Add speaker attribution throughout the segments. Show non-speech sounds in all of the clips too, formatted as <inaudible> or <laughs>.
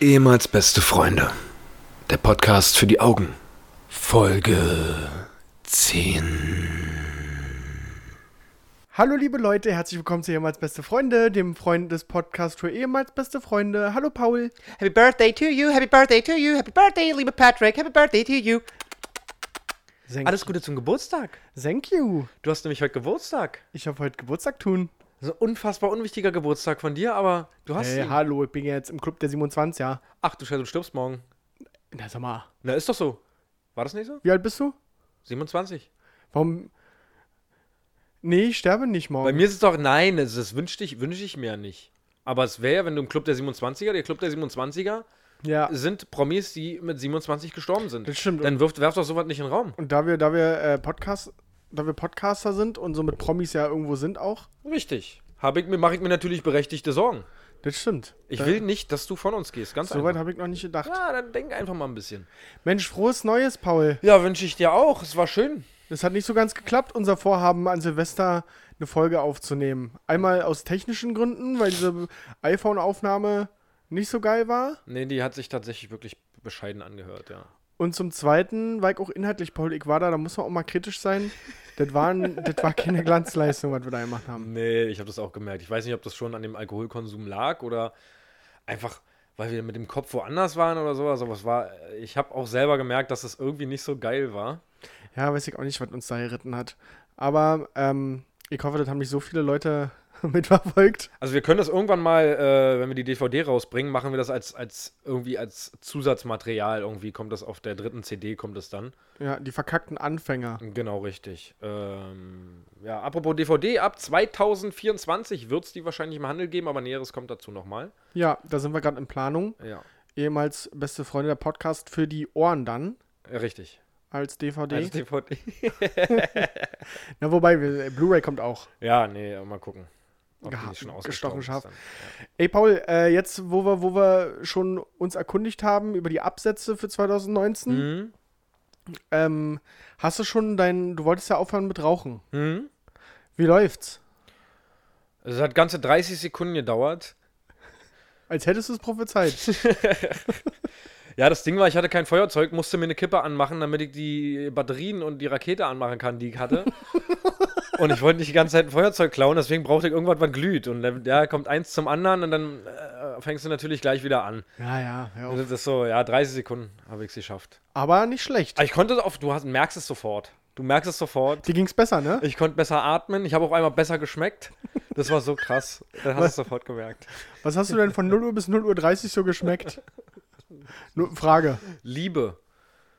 Speaker 1: Ehemals beste Freunde. Der Podcast für die Augen. Folge 10.
Speaker 2: Hallo liebe Leute, herzlich willkommen zu ehemals beste Freunde, dem Freund des Podcasts für ehemals beste Freunde. Hallo Paul.
Speaker 3: Happy birthday to you, happy birthday to you, happy birthday, lieber Patrick, happy birthday to you.
Speaker 2: Thank
Speaker 3: Alles Gute zum Geburtstag.
Speaker 2: Thank you.
Speaker 3: Du hast nämlich heute Geburtstag.
Speaker 2: Ich habe heute Geburtstag tun.
Speaker 3: Das ist ein unfassbar unwichtiger Geburtstag von dir, aber du hast
Speaker 2: Hey,
Speaker 3: ihn.
Speaker 2: hallo, ich bin ja jetzt im Club der 27, ja.
Speaker 3: Ach du Scheiße, du stirbst morgen.
Speaker 2: Na sag mal,
Speaker 3: Na, ist doch so. War das nicht so?
Speaker 2: wie alt bist du?
Speaker 3: 27.
Speaker 2: Warum? Nee, ich sterbe nicht morgen.
Speaker 3: Bei mir ist es doch, nein, das, das wünschte ich, wünsche ich mir ja nicht. Aber es wäre, wenn du im Club der 27er, der Club der 27er
Speaker 2: ja.
Speaker 3: sind Promis, die mit 27 gestorben sind.
Speaker 2: Das stimmt.
Speaker 3: Dann wirft, werft doch sowas nicht in den Raum.
Speaker 2: Und da wir, da wir äh, Podcast, da wir Podcaster sind und so mit Promis ja irgendwo sind auch,
Speaker 3: Richtig. Habe ich mir, mache ich mir natürlich berechtigte Sorgen.
Speaker 2: das stimmt.
Speaker 3: Ich
Speaker 2: Da-
Speaker 3: will nicht, dass du von uns gehst. Ganz
Speaker 2: Soweit habe ich noch nicht gedacht.
Speaker 3: Ja, dann denk einfach mal ein bisschen.
Speaker 2: Mensch, frohes Neues, Paul.
Speaker 3: Ja, wünsche ich dir auch. Es war schön.
Speaker 2: Das hat nicht so ganz geklappt, unser Vorhaben an Silvester eine Folge aufzunehmen. Einmal aus technischen Gründen, weil diese iPhone-Aufnahme nicht so geil war.
Speaker 3: Nee, die hat sich tatsächlich wirklich bescheiden angehört, ja.
Speaker 2: Und zum Zweiten war ich auch inhaltlich, Paul, ich war da, da muss man auch mal kritisch sein. Das, waren, das war keine Glanzleistung, was wir da gemacht haben.
Speaker 3: Nee, ich habe das auch gemerkt. Ich weiß nicht, ob das schon an dem Alkoholkonsum lag oder einfach, weil wir mit dem Kopf woanders waren oder sowas. Aber es war, ich habe auch selber gemerkt, dass es irgendwie nicht so geil war.
Speaker 2: Ja, weiß ich auch nicht, was uns da geritten hat. Aber ähm, ich hoffe, das haben nicht so viele Leute <laughs> mitverfolgt.
Speaker 3: Also wir können das irgendwann mal, äh, wenn wir die DVD rausbringen, machen wir das als, als irgendwie als Zusatzmaterial. Irgendwie kommt das auf der dritten CD, kommt es dann.
Speaker 2: Ja, die verkackten Anfänger.
Speaker 3: Genau, richtig. Ähm, ja, apropos DVD, ab 2024 wird es die wahrscheinlich im Handel geben, aber Näheres kommt dazu nochmal.
Speaker 2: Ja, da sind wir gerade in Planung.
Speaker 3: Ja,
Speaker 2: Ehemals beste Freunde der Podcast für die Ohren dann
Speaker 3: äh, richtig.
Speaker 2: als DVD.
Speaker 3: Als DVD.
Speaker 2: Na, wobei, wir- äh, Blu-ray kommt auch.
Speaker 3: Ja, nee, mal gucken. ob die
Speaker 2: Geha-
Speaker 3: nicht
Speaker 2: gestochen
Speaker 3: ausgestorben ist
Speaker 2: scharf.
Speaker 3: dann.
Speaker 2: Ey, Paul, äh, jetzt, wo wir, wo wir schon uns erkundigt haben über die Absätze für 2019,
Speaker 3: Mhm.
Speaker 2: ähm, hast du schon dein, du wolltest ja aufhören mit Rauchen.
Speaker 3: Mhm.
Speaker 2: Wie läuft's?
Speaker 3: Also Es hat ganze 30 Sekunden gedauert.
Speaker 2: Als hättest du es <laughs> prophezeit.
Speaker 3: Ja, das Ding war, ich hatte kein Feuerzeug, musste mir eine Kippe anmachen, damit ich die Batterien und die Rakete anmachen kann, die
Speaker 2: <laughs>
Speaker 3: ich hatte. und ich wollte nicht die ganze Zeit ein Feuerzeug klauen, deswegen brauchte ich irgendwas, was glüht. Und dann ja, kommt eins zum anderen und dann äh, fängst du natürlich gleich wieder an.
Speaker 2: ja, ja, hör auf.
Speaker 3: Das ist so, ja, 30 Sekunden habe ich es geschafft.
Speaker 2: Aber nicht schlecht.
Speaker 3: Aber ich konnte auf, du hast, merkst es sofort. Du merkst es sofort.
Speaker 2: Dir ging's besser, ne?
Speaker 3: Ich konnte besser atmen, ich habe auch einmal besser geschmeckt. Das war so krass. Dann hast du es sofort gemerkt.
Speaker 2: Was hast du denn von 0 Uhr bis 0 Uhr 30 so geschmeckt? Nur Frage.
Speaker 3: Liebe.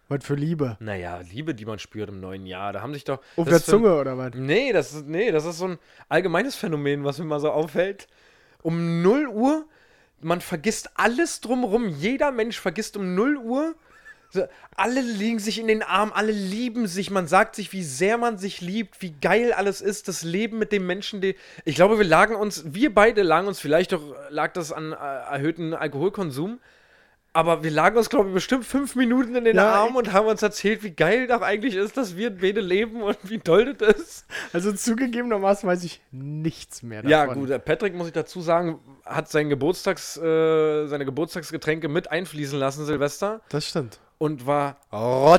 Speaker 2: Was für Liebe?
Speaker 3: Naja, Liebe, die man spürt im neuen Jahr. Da haben sich doch.
Speaker 2: Auf
Speaker 3: das
Speaker 2: der
Speaker 3: ist so ein-
Speaker 2: Zunge oder was?
Speaker 3: Nee, das ist, nee, das ist so ein allgemeines Phänomen, was mir mal so auffällt. Um 0 Uhr, man vergisst alles drumrum. Jeder Mensch vergisst um 0 Uhr. So, Alle liegen sich in den Arm, alle lieben sich. Man sagt sich, wie sehr man sich liebt, wie geil alles ist, das Leben mit dem Menschen. Die ich glaube, wir lagen uns, wir beide lagen uns, vielleicht doch lag das an äh, erhöhten Alkoholkonsum. Aber wir lagen uns, glaube ich, bestimmt fünf Minuten in den
Speaker 2: Ja,
Speaker 3: Arm und haben uns erzählt, wie geil doch eigentlich ist, dass wir beide leben und wie toll das ist.
Speaker 2: Also zugegebenermaßen weiß ich nichts mehr davon.
Speaker 3: Ja, gut, der Patrick, muss ich dazu sagen, hat sein Geburtstags, äh, seine Geburtstagsgetränke mit einfließen lassen, Silvester,
Speaker 2: Das stimmt.
Speaker 3: und war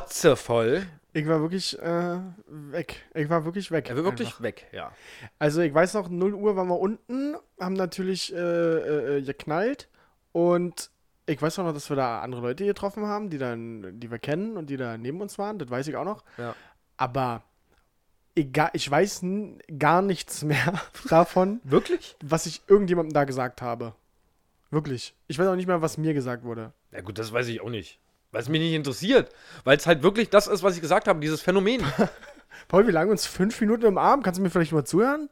Speaker 3: rotzevoll.
Speaker 2: Ich war wirklich äh, weg. Ich war wirklich weg.
Speaker 3: Er war wirklich
Speaker 2: einfach.
Speaker 3: weg, ja.
Speaker 2: Also ich weiß noch, 0 Uhr waren wir unten, haben natürlich äh, äh, äh, geknallt und ich weiß auch noch, dass wir da andere Leute getroffen haben, die dann, die wir kennen und die da neben uns waren, das weiß ich auch noch.
Speaker 3: Ja.
Speaker 2: Aber egal, ich weiß n- gar nichts mehr <laughs> davon,
Speaker 3: Wirklich?
Speaker 2: was ich irgendjemandem da gesagt habe. Wirklich. Ich weiß auch nicht mehr, was mir gesagt wurde.
Speaker 3: Na gut, das weiß ich auch nicht. Weil es mich nicht interessiert. Weil es halt wirklich das ist, was ich gesagt habe, dieses
Speaker 2: <laughs>
Speaker 3: Phänomen.
Speaker 2: Paul, wir lagen uns fünf Minuten im Arm. Kannst du mir vielleicht mal zuhören?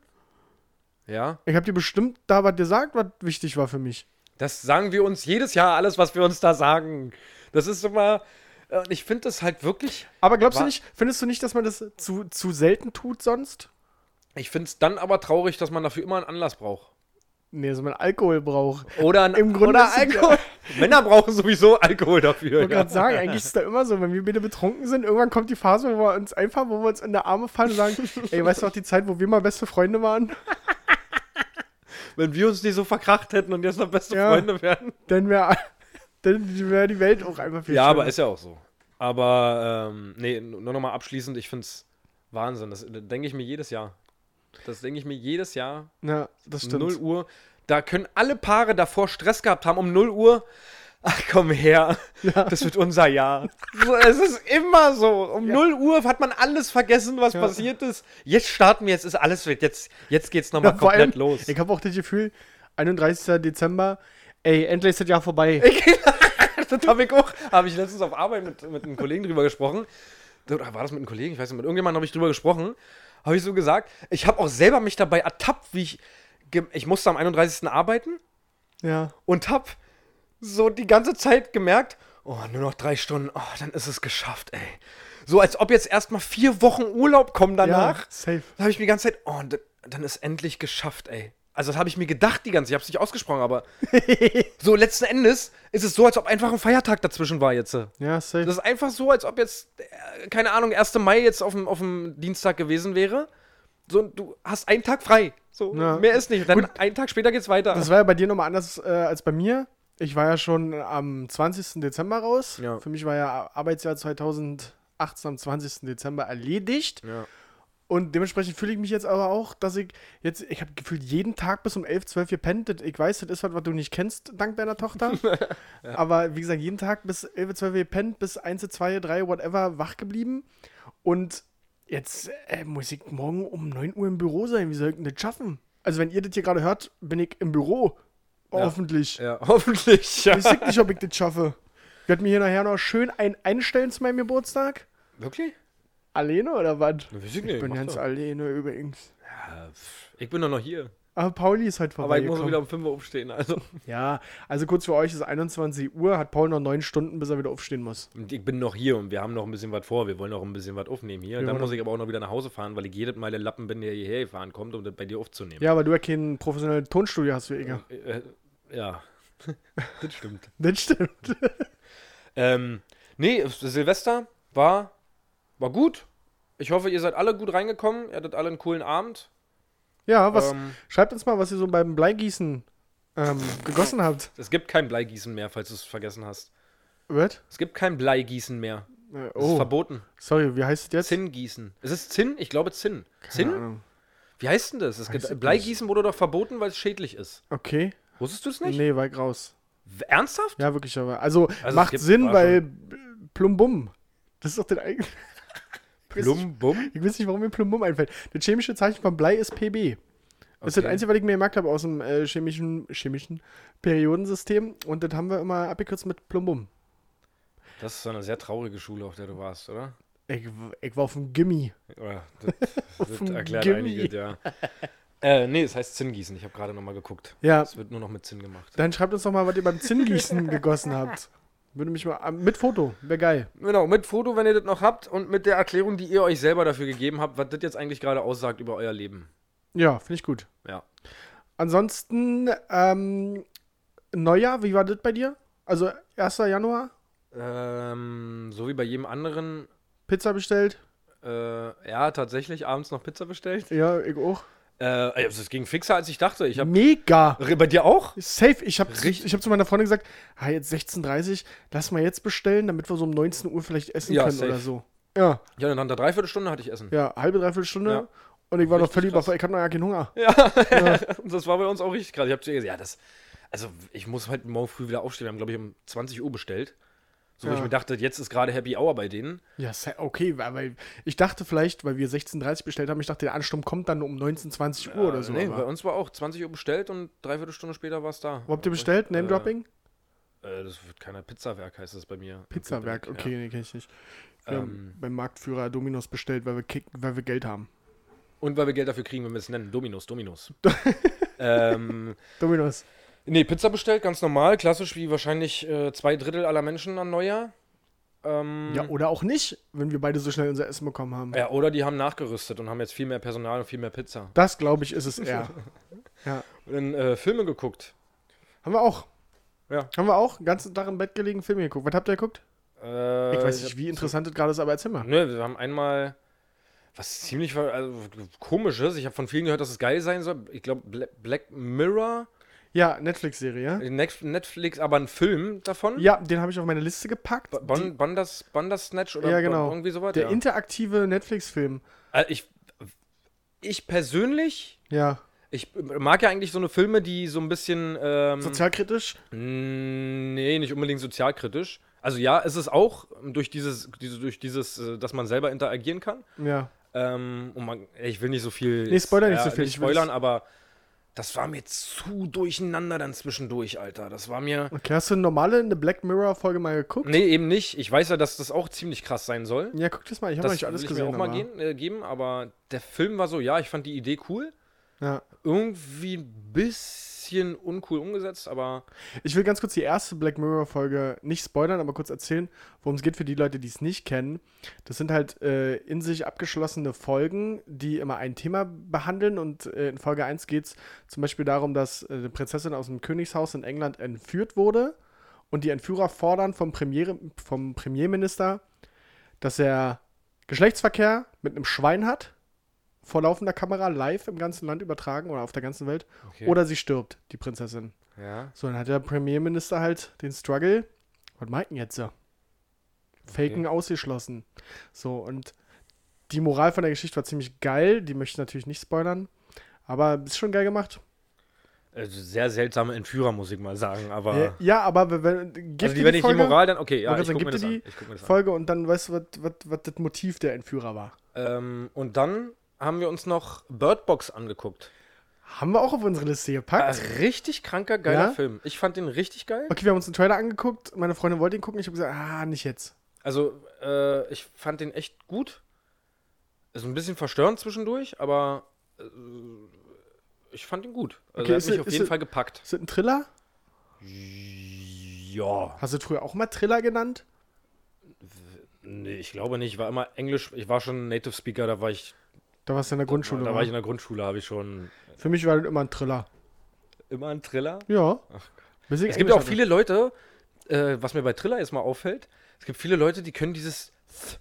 Speaker 3: ja.
Speaker 2: Ich habe dir bestimmt da was gesagt, was wichtig war für mich.
Speaker 3: Das sagen wir uns jedes Jahr, alles, was wir uns da sagen. Das ist immer. äh, Und ich finde das halt wirklich.
Speaker 2: Aber glaubst
Speaker 3: Wa-
Speaker 2: du nicht, findest du nicht, dass man das zu, zu selten tut sonst?
Speaker 3: Ich finde es dann aber traurig, dass man dafür immer einen Anlass braucht.
Speaker 2: Nee, dass man Alkohol braucht. Ich
Speaker 3: Oder ein,
Speaker 2: Im Grunde
Speaker 3: oder
Speaker 2: ist es-
Speaker 3: Alkohol. <laughs> Männer brauchen sowieso Alkohol dafür.
Speaker 2: wollte gerade sagen, eigentlich ist es da immer so, wenn wir beide betrunken sind, irgendwann kommt die Phase, wo wir uns einfach, wo wir uns in der Arme fallen und
Speaker 3: <laughs>
Speaker 2: sagen, ey, weißt du noch die Zeit, wo wir mal beste Freunde waren?
Speaker 3: Wenn wir uns nicht so verkracht hätten und jetzt noch beste
Speaker 2: Ja.
Speaker 3: Freunde wären.
Speaker 2: Denn wir, Dann wäre die Welt auch einfach viel
Speaker 3: Ja, aber
Speaker 2: schlimmer.
Speaker 3: ist ja auch so. Aber, ähm, nee, nur nochmal abschließend, ich find's Wahnsinn. Das denke ich mir jedes Jahr. Das denke ich mir jedes Jahr.
Speaker 2: Ja, das stimmt.
Speaker 3: 0 Uhr. Da können alle Paare davor Stress gehabt haben um 0 Uhr. Ach komm her, das wird unser Jahr. So, es ist immer so. Um 0 Uhr hat man alles vergessen, was passiert ist. Jetzt starten wir, jetzt ist alles weg. Jetzt, jetzt geht's nochmal
Speaker 2: Vor
Speaker 3: komplett
Speaker 2: allem,
Speaker 3: los.
Speaker 2: Ich habe auch das Gefühl, 31. Dezember, ey, endlich ist das Jahr vorbei.
Speaker 3: das habe ich auch, habe ich letztens auf Arbeit mit, mit einem Kollegen drüber gesprochen. Oder war das mit einem Kollegen? Ich weiß nicht, mit irgendjemandem habe ich drüber gesprochen. Habe ich so gesagt. Ich habe auch selber mich dabei ertappt, wie ich. ge- Ich musste am 31. arbeiten
Speaker 2: ja.
Speaker 3: und habe so die ganze Zeit gemerkt, oh, nur noch drei Stunden, oh, dann ist es geschafft, ey. So als ob jetzt erstmal vier Wochen Urlaub kommen danach.
Speaker 2: Ja, safe.
Speaker 3: Da habe ich mir die ganze Zeit, oh, d- dann ist endlich geschafft, ey. Also das habe ich mir gedacht die ganze, ich habe es nicht
Speaker 2: <laughs>
Speaker 3: ausgesprochen, aber so letzten Endes ist es so, als ob einfach ein Feiertag dazwischen war jetzt. Das
Speaker 2: Ja, safe.
Speaker 3: ist einfach so, als ob jetzt, äh, keine Ahnung, 1. Mai jetzt auf dem, auf dem Dienstag gewesen wäre. So, und du hast einen Tag frei. So,
Speaker 2: Ja.
Speaker 3: mehr ist nicht. Dann einen Tag später geht's weiter.
Speaker 2: Das war ja bei dir nochmal anders äh, als bei mir. Ich war ja schon am 20. Dezember raus.
Speaker 3: Ja.
Speaker 2: Für mich war ja Arbeitsjahr 2018 am 20. Dezember erledigt.
Speaker 3: Ja.
Speaker 2: Und dementsprechend fühle ich mich jetzt aber auch, dass ich jetzt, ich habe gefühlt jeden Tag bis um 11, 12 gepennt. Das- Ich weiß, das ist was, was du nicht kennst, dank deiner Tochter.
Speaker 3: <laughs>
Speaker 2: Aber wie gesagt, jeden Tag bis 11, 12 gepennt, bis 1, 2, 3, whatever, wach geblieben. Und jetzt äh, muss ich morgen um 9 Uhr im Büro sein. Wie soll ich denn das schaffen? Also, wenn ihr das hier gerade hört, bin ich im Büro. Hoffentlich.
Speaker 3: ja, <laughs> hoffentlich. Ja.
Speaker 2: Ich weiß nicht, ob ich das schaffe. Ich werde mir hier nachher noch schön ein einstellen zu meinem Geburtstag.
Speaker 3: Wirklich?
Speaker 2: Alleine oder was?
Speaker 3: Weiß ich nicht.
Speaker 2: Ich bin ganz alleine übrigens.
Speaker 3: ich bin doch noch hier.
Speaker 2: Aber Pauli ist halt vorbei.
Speaker 3: Aber ich muss wieder um 5 Uhr aufstehen. Also.
Speaker 2: Ja, also kurz für euch ist 21 Uhr, hat Paul noch neun Stunden, bis er wieder aufstehen muss.
Speaker 3: Und ich bin noch hier und wir haben noch ein bisschen was vor. Wir wollen noch ein bisschen was aufnehmen hier. Dann
Speaker 2: Ja.
Speaker 3: muss ich aber auch noch wieder nach Hause fahren, weil ich jedes Mal der Lappen bin, der hierher gefahren kommt, um das bei dir aufzunehmen.
Speaker 2: Ja, weil du ja kein professionelles Tonstudio hast wie ich. Ja.
Speaker 3: Äh, ja. das stimmt.
Speaker 2: Das stimmt.
Speaker 3: Ähm, nee, Silvester war, war gut. Ich hoffe, ihr seid alle gut reingekommen. Ihr hattet alle einen coolen Abend.
Speaker 2: Ja, was,
Speaker 3: Ähm,
Speaker 2: schreibt uns mal, was ihr so beim Bleigießen ähm, gegossen habt.
Speaker 3: es gibt kein Bleigießen mehr, falls du es vergessen hast.
Speaker 2: Wird?
Speaker 3: Es gibt kein Bleigießen mehr.
Speaker 2: Äh,
Speaker 3: Es ist
Speaker 2: oh,
Speaker 3: verboten.
Speaker 2: sorry, wie heißt das jetzt?
Speaker 3: Zinn gießen. Ist es Zinn? Ich glaube Zinn. Zinn?
Speaker 2: Ahnung.
Speaker 3: Wie heißt denn das? Es
Speaker 2: ich
Speaker 3: gibt,
Speaker 2: nicht.
Speaker 3: Bleigießen wurde doch verboten, weil es schädlich ist.
Speaker 2: Okay.
Speaker 3: Wusstest du es nicht?
Speaker 2: Nee, war ich raus.
Speaker 3: W- Ernsthaft?
Speaker 2: Ja, wirklich, aber. Also,
Speaker 3: es
Speaker 2: macht
Speaker 3: gibt-
Speaker 2: Sinn,
Speaker 3: war
Speaker 2: weil b- Plumbum. Das ist doch den eigenen.
Speaker 3: Plumbum?
Speaker 2: <laughs> Ich weiß nicht, warum mir Plumbum einfällt. Das chemische Zeichen von Blei ist PB. Das ist das
Speaker 3: Okay.
Speaker 2: Einzige, was ich mir gemerkt habe aus dem äh, chemischen, chemischen Periodensystem. Und das haben wir immer abgekürzt mit Plumbum.
Speaker 3: Das ist so eine sehr traurige Schule, auf der du warst, oder?
Speaker 2: Ich, w- ich war auf dem Gimmi.
Speaker 3: Oder? Das, <laughs> das
Speaker 2: dem
Speaker 3: erklärt
Speaker 2: Gimmi.
Speaker 3: einiges, <laughs> ja. Äh, nee, es heißt Zinngießen. Ich habe gerade nochmal geguckt.
Speaker 2: Ja,
Speaker 3: Es wird nur noch mit Zinn gemacht.
Speaker 2: dann schreibt uns doch mal, was ihr beim Zinngießen gegossen habt. Würde mich mal. ah, Mit Foto, wäre geil.
Speaker 3: Genau, mit Foto, wenn ihr das noch habt und mit der Erklärung, die ihr euch selber dafür gegeben habt, was das jetzt eigentlich gerade aussagt über euer Leben.
Speaker 2: Ja, finde ich gut.
Speaker 3: Ja.
Speaker 2: Ansonsten, ähm, Neujahr, wie war das bei dir? Also 1. Januar,
Speaker 3: Ähm, so wie bei jedem anderen,
Speaker 2: Pizza bestellt.
Speaker 3: äh, ja, tatsächlich abends noch Pizza bestellt.
Speaker 2: Ja, ich auch.
Speaker 3: Äh, also es ging fixer, als ich dachte. Ich habe
Speaker 2: Mega!
Speaker 3: bei dir auch?
Speaker 2: Safe, ich habe
Speaker 3: Richtig.
Speaker 2: ich hab zu meiner Freundin gesagt, ah, jetzt 16.30 lass mal jetzt bestellen, damit wir so um 19 Uhr vielleicht essen
Speaker 3: Ja,
Speaker 2: können
Speaker 3: safe.
Speaker 2: oder so. Ja,
Speaker 3: Ja, dann nach einer Dreiviertelstunde hatte ich Essen.
Speaker 2: ja, halbe, dreiviertel Stunde
Speaker 3: Ja.
Speaker 2: und ich war noch
Speaker 3: Richtig
Speaker 2: völlig
Speaker 3: krass.
Speaker 2: überfordert, ich hatte noch gar keinen Hunger.
Speaker 3: Und das war bei uns auch richtig krass. Ich habe zu ihr gesagt, ja, das. Also, ich muss heute morgen früh wieder aufstehen. Wir haben, glaube ich, um 20 Uhr bestellt. So, wo
Speaker 2: Ja.
Speaker 3: ich mir dachte, jetzt ist gerade Happy Hour bei denen.
Speaker 2: Ja, sa- okay, weil ich dachte vielleicht, weil wir 16.30 bestellt haben, ich dachte, der Ansturm kommt dann um 19, 20 Uhr oder so.
Speaker 3: nee, bei
Speaker 2: aber.
Speaker 3: uns war auch 20 Uhr bestellt und dreiviertel Stunde später war es da.
Speaker 2: Wo habt ihr bestellt? Name-Dropping?
Speaker 3: Äh, das wird keiner Pizzawerk, heißt das bei mir.
Speaker 2: Pizzawerk,
Speaker 3: Ja.
Speaker 2: okay, nee, kenn ich nicht. Wir
Speaker 3: Ähm.
Speaker 2: haben beim Marktführer Dominos bestellt, weil wir, Kick, weil wir Geld haben.
Speaker 3: Und weil wir Geld dafür kriegen, wenn wir es nennen. Dominos, Dominos. ähm,
Speaker 2: Dominos.
Speaker 3: nee, Pizza bestellt, ganz normal, klassisch wie wahrscheinlich äh, zwei Drittel aller Menschen an Neujahr. Ähm,
Speaker 2: Ja, oder auch nicht, wenn wir beide so schnell unser Essen bekommen haben.
Speaker 3: ja, oder die haben nachgerüstet und haben jetzt viel mehr Personal und viel mehr Pizza.
Speaker 2: Das, glaube ich, ist es
Speaker 3: <laughs>
Speaker 2: eher. ja.
Speaker 3: Und dann äh, Filme geguckt.
Speaker 2: Haben wir auch.
Speaker 3: Ja.
Speaker 2: Haben wir auch den ganzen Tag im Bett gelegen, Filme geguckt. Was habt ihr geguckt?
Speaker 3: Äh,
Speaker 2: Ich weiß nicht, wie interessant das gerade ist, aber erzähl mal.
Speaker 3: Nö, wir haben einmal was ziemlich ver- also, komisches. Ich habe von vielen gehört, dass es geil sein soll. Ich glaube, Black, Mirror
Speaker 2: Ja, Netflix-Serie.
Speaker 3: Nex- Netflix, aber ein Film davon?
Speaker 2: Ja, den habe ich auf meine Liste gepackt.
Speaker 3: Bo- Bon, Bonders, Bondersnatch oder
Speaker 2: ja,
Speaker 3: Bon-
Speaker 2: genau.
Speaker 3: irgendwie sowas?
Speaker 2: Der
Speaker 3: ja.
Speaker 2: interaktive Netflix-Film.
Speaker 3: Äh, ich, ich persönlich,
Speaker 2: Ja.
Speaker 3: ich mag ja eigentlich so eine Filme, die so ein bisschen. Ähm,
Speaker 2: Sozialkritisch?
Speaker 3: Mm, Nee, nicht unbedingt sozialkritisch. Also ja, es ist auch ähm, durch dieses, diese, durch dieses, äh, dass man selber interagieren kann.
Speaker 2: Ja.
Speaker 3: Ähm, und man, ey, ich will nicht so viel.
Speaker 2: Nee, spoiler nicht so viel,
Speaker 3: Nicht
Speaker 2: ich will
Speaker 3: spoilern,
Speaker 2: es-
Speaker 3: aber das war mir zu durcheinander dann zwischendurch, Alter. Das war mir.
Speaker 2: Okay, hast du eine normale eine Black Mirror-Folge mal geguckt?
Speaker 3: Nee, eben nicht. Ich weiß ja, dass das auch ziemlich krass sein soll.
Speaker 2: Ja, guck das mal. Ich habe noch
Speaker 3: das
Speaker 2: nicht alles
Speaker 3: will
Speaker 2: gesehen.
Speaker 3: ich mir auch mal
Speaker 2: aber-
Speaker 3: gehen, äh, geben, aber der Film war so, ja, ich fand die Idee cool.
Speaker 2: Ja.
Speaker 3: Irgendwie ein bisschen uncool umgesetzt, aber
Speaker 2: Ich will ganz kurz die erste Black Mirror-Folge nicht spoilern, aber kurz erzählen, worum es geht für die Leute, die es nicht kennen. Das sind halt äh, in sich abgeschlossene Folgen, die immer ein Thema behandeln. Und äh, in Folge 1 geht es zum Beispiel darum, dass äh, eine Prinzessin aus dem Königshaus in England entführt wurde. Und die Entführer fordern vom, Premiere, vom Premierminister, dass er Geschlechtsverkehr mit einem Schwein hat, vor laufender Kamera live im ganzen Land übertragen oder auf der ganzen Welt.
Speaker 3: Okay.
Speaker 2: Oder sie stirbt, die Prinzessin.
Speaker 3: ja.
Speaker 2: So, dann hat der Premierminister halt den Struggle. Was meinten jetzt so? Faken ausgeschlossen. So, und die Moral von der Geschichte war ziemlich geil. Die möchte ich natürlich nicht spoilern. Aber ist schon geil gemacht.
Speaker 3: Also sehr seltsame Entführer, muss ich mal sagen, aber.
Speaker 2: Ja, ja, aber wenn- wenn, gibt
Speaker 3: Ah. also die,
Speaker 2: dir
Speaker 3: wenn ich
Speaker 2: Folge,
Speaker 3: die Moral dann. Okay, ja,
Speaker 2: Wollte
Speaker 3: ich
Speaker 2: sagen,
Speaker 3: guck,
Speaker 2: gib
Speaker 3: mir das
Speaker 2: dir
Speaker 3: an.
Speaker 2: die
Speaker 3: ich guck mir das an.
Speaker 2: Folge und dann weißt du, was- was was das Motiv der Entführer war.
Speaker 3: Ähm, und dann haben wir uns noch Bird Box angeguckt.
Speaker 2: Haben wir auch auf unsere Liste
Speaker 3: Äh,
Speaker 2: gepackt.
Speaker 3: richtig kranker, geiler
Speaker 2: Ja?
Speaker 3: Film. Ich fand den richtig geil.
Speaker 2: Okay, wir haben uns den Trailer angeguckt. Meine Freundin wollte ihn gucken. Ich habe gesagt, ah, nicht jetzt.
Speaker 3: Also, äh, ich fand den echt gut. Ist ein bisschen verstörend zwischendurch, aber äh, ich fand ihn gut. Also,
Speaker 2: Okay,
Speaker 3: er hat
Speaker 2: ist
Speaker 3: mich
Speaker 2: er-
Speaker 3: auf
Speaker 2: ist
Speaker 3: jeden
Speaker 2: er-
Speaker 3: Fall gepackt.
Speaker 2: Ist das ein Thriller?
Speaker 3: Ja.
Speaker 2: Hast du früher auch mal Thriller genannt?
Speaker 3: Nee, ich glaube nicht. Ich war immer Englisch. Ich war schon Native Speaker, da war ich.
Speaker 2: Da warst du in der Grundschule.
Speaker 3: da
Speaker 2: wa?
Speaker 3: war ich in der Grundschule, habe ich schon
Speaker 2: Für mich war das immer ein Thriller.
Speaker 3: immer einen Thriller.
Speaker 2: Ja. Bis ich
Speaker 3: Es gibt ja auch
Speaker 2: Englisch
Speaker 3: viele Leute, äh, was mir bei Thriller jetzt mal auffällt, es gibt viele Leute, die können dieses Th-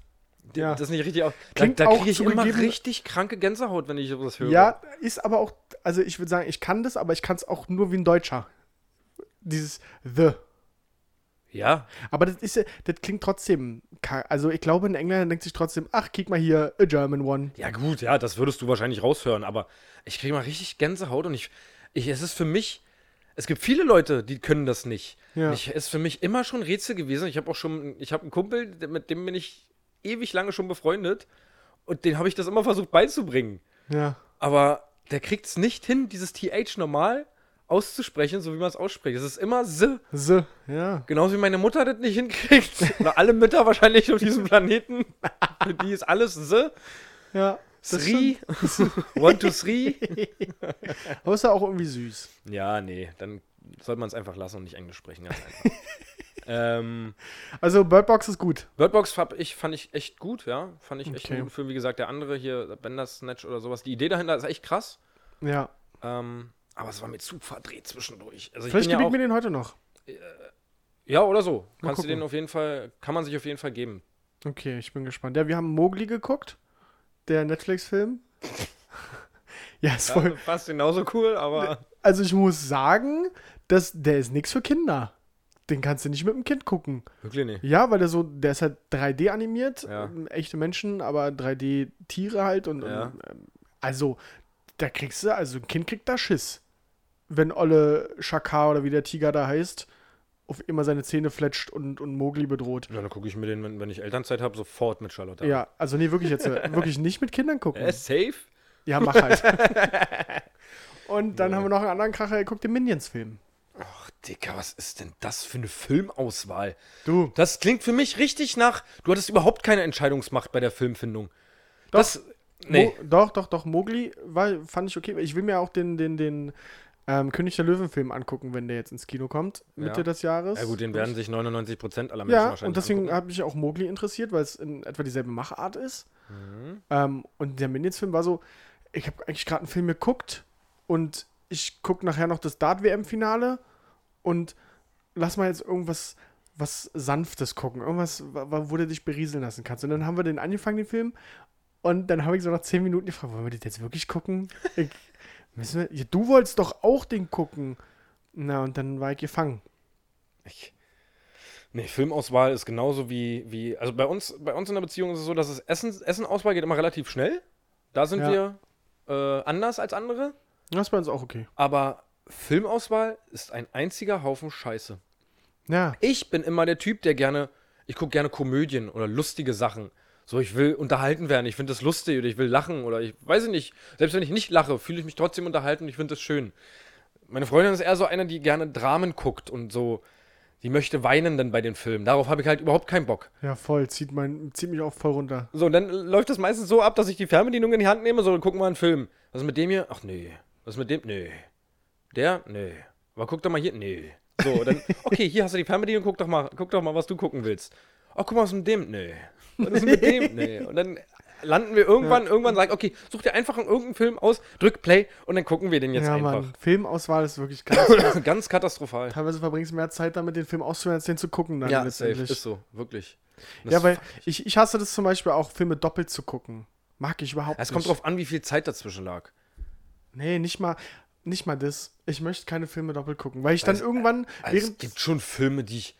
Speaker 3: die-
Speaker 2: Ja.
Speaker 3: das nicht richtig auf. Da,
Speaker 2: Klingt
Speaker 3: da
Speaker 2: auch
Speaker 3: kriege ich immer
Speaker 2: zugegeben-
Speaker 3: richtig kranke Gänsehaut, wenn ich sowas höre.
Speaker 2: hatte. Ja, ist aber auch, also ich würde sagen, ich kann das, aber ich kann es auch nur wie ein Deutscher. Dieses The.
Speaker 3: Ja.
Speaker 2: Aber das ist ja, das klingt trotzdem, ka- also ich glaube, ein Engländer denkt sich trotzdem, ach, kick mal hier, a German one.
Speaker 3: Ja, gut, ja, das würdest du wahrscheinlich raushören, aber ich kriege mal richtig Gänsehaut und ich, ich, es ist für mich, es gibt viele Leute, die können das nicht.
Speaker 2: Ja.
Speaker 3: Ich, es ist für mich immer schon ein Rätsel gewesen. Ich habe auch schon, ich habe einen Kumpel, der- mit dem bin ich ewig lange schon befreundet und den habe ich das immer versucht beizubringen.
Speaker 2: Ja.
Speaker 3: aber der kriegt es nicht hin, dieses TH normal auszusprechen, so wie man es ausspricht. Es ist immer S,
Speaker 2: The, ja.
Speaker 3: genauso wie meine Mutter das nicht hinkriegt. Oder alle Mütter wahrscheinlich auf diesem Planeten. Für die ist alles S,
Speaker 2: Ja. Das
Speaker 3: Sri, One, Two, Three.
Speaker 2: stimmt. <laughs> Aber ist ja auch irgendwie süß.
Speaker 3: Ja, nee, dann sollte man es einfach lassen und nicht Englisch sprechen. Ganz einfach. <laughs> ähm,
Speaker 2: Also Bird Box ist gut.
Speaker 3: Bird Box hab ich, fand ich echt gut, ja. Fand ich echt
Speaker 2: Okay.
Speaker 3: einen guten Film. Wie gesagt, der andere hier, Bandersnatch oder sowas. Die Idee dahinter ist echt krass.
Speaker 2: Ja.
Speaker 3: Ähm, aber es war mir zu verdreht zwischendurch. Also ich
Speaker 2: Vielleicht
Speaker 3: bin
Speaker 2: gebe
Speaker 3: ja
Speaker 2: ich
Speaker 3: auch,
Speaker 2: mir den heute noch.
Speaker 3: Ja, oder so.
Speaker 2: Mal
Speaker 3: Kannst du
Speaker 2: gucken.
Speaker 3: den auf jeden Fall, kann man sich auf jeden Fall geben.
Speaker 2: Okay, ich bin gespannt. Ja, wir haben Mowgli geguckt, der Netflix-Film. <laughs> ja, ist voll,
Speaker 3: fast genauso cool, aber.
Speaker 2: Also ich muss sagen, dass der ist nichts für Kinder. Den kannst du nicht mit dem Kind gucken.
Speaker 3: Wirklich nicht.
Speaker 2: Ja, weil der so, der ist halt 3D animiert,
Speaker 3: Ja.
Speaker 2: ähm, echte Menschen, aber 3D Tiere halt und,
Speaker 3: Ja.
Speaker 2: und ähm, also da kriegst du, also ein Kind kriegt da Schiss, wenn Olle Shakar oder wie der Tiger da heißt, auf immer seine Zähne fletscht und und Mowgli bedroht.
Speaker 3: Ja, dann gucke ich mir den, wenn, wenn ich Elternzeit habe, sofort mit Charlotte.
Speaker 2: Ja,
Speaker 3: an.
Speaker 2: also nee, wirklich jetzt,
Speaker 3: <laughs>
Speaker 2: äh, wirklich nicht mit Kindern gucken.
Speaker 3: Äh, safe?
Speaker 2: Ja, mach
Speaker 3: <laughs>
Speaker 2: halt. und dann haben wir noch einen anderen Kracher, guck den Minions-Film.
Speaker 3: Ach, Dicker, was ist denn das für eine Filmauswahl?
Speaker 2: Du.
Speaker 3: Das klingt für mich richtig nach. Du hattest überhaupt keine Entscheidungsmacht bei der Filmfindung. Das. Nee.
Speaker 2: Mo doch, doch, doch. Mowgli war, fand ich okay. Ich will mir auch den, den, den ähm, König der Löwen-Film angucken, wenn der jetzt ins Kino kommt, Mitte
Speaker 3: Ja.
Speaker 2: des Jahres.
Speaker 3: Ja, gut, den werden sich 99% aller Menschen
Speaker 2: Ja,
Speaker 3: wahrscheinlich.
Speaker 2: und deswegen
Speaker 3: angucken.
Speaker 2: hat mich auch Mowgli interessiert, weil es in etwa dieselbe Machart ist.
Speaker 3: Mhm.
Speaker 2: Ähm, und der Minions-Film war so, ich habe eigentlich gerade einen Film geguckt und ich gucke nachher noch das Dart-WM-Finale und lass mal jetzt irgendwas was Sanftes gucken, irgendwas, wa- wa- wo du dich berieseln lassen kannst. Und dann haben wir den angefangen, den Film, und dann habe ich so nach zehn Minuten
Speaker 3: <laughs>
Speaker 2: gefragt, wollen wir das jetzt wirklich gucken? Ich, müssen wir, ja, du wolltest doch auch den gucken. Na, und dann war ich gefangen.
Speaker 3: Ich, nee, Filmauswahl ist genauso wie, wie also bei uns, bei uns in der Beziehung ist es so, dass es Essen, Essenauswahl geht immer relativ schnell. Da sind
Speaker 2: Ja.
Speaker 3: wir äh, anders als andere.
Speaker 2: Das ist bei uns auch okay.
Speaker 3: Aber Filmauswahl ist ein einziger Haufen Scheiße.
Speaker 2: Ja,
Speaker 3: Ich bin immer der Typ, der gerne, ich gucke gerne Komödien oder lustige Sachen. So, ich will unterhalten werden, ich finde das lustig oder ich will lachen oder ich weiß ich nicht. Selbst wenn ich nicht lache, fühle ich mich trotzdem unterhalten und ich finde das schön. Meine Freundin ist eher so eine, die gerne Dramen guckt und so, die möchte weinen dann bei den Filmen. Darauf habe ich halt überhaupt keinen Bock.
Speaker 2: ja, voll. Zieht, mein, zieht mich auch voll runter.
Speaker 3: So, und dann läuft das meistens so ab, dass ich die Fernbedienung in die Hand nehme, so, dann gucken wir einen Film. Was ist mit dem hier? Ach nee. Was ist mit dem? Nee. Der? Nee. Aber guck doch mal hier. Nee. So, dann, okay, hier hast du die Fernbedienung, guck doch mal, guck doch mal, was du gucken willst. Ach, guck mal, was ist mit dem? Nee. Was ist mit dem? Nee. Und dann landen wir irgendwann, irgendwann sagen, okay, such dir einfach irgendeinen Film aus, drück Play und dann gucken wir den jetzt
Speaker 2: ja,
Speaker 3: einfach.
Speaker 2: Mann. Filmauswahl ist wirklich krass. <laughs>
Speaker 3: <clears throat> Ganz katastrophal.
Speaker 2: Teilweise verbringst du mehr Zeit damit, den Film auszuhören, als den zu gucken. Dann
Speaker 3: Ja, safe.
Speaker 2: letztendlich.
Speaker 3: Ist so, wirklich. Und
Speaker 2: Ja,
Speaker 3: das-
Speaker 2: weil ich, ich hasse das zum Beispiel auch, Filme doppelt zu gucken. Mag ich überhaupt
Speaker 3: Es
Speaker 2: nicht.
Speaker 3: kommt drauf an, wie viel Zeit dazwischen lag.
Speaker 2: Nee, nicht mal, nicht mal das. Ich möchte keine Filme doppelt gucken, weil ich dann irgendwann
Speaker 3: Also, es
Speaker 2: während.
Speaker 3: gibt schon Filme, die ich.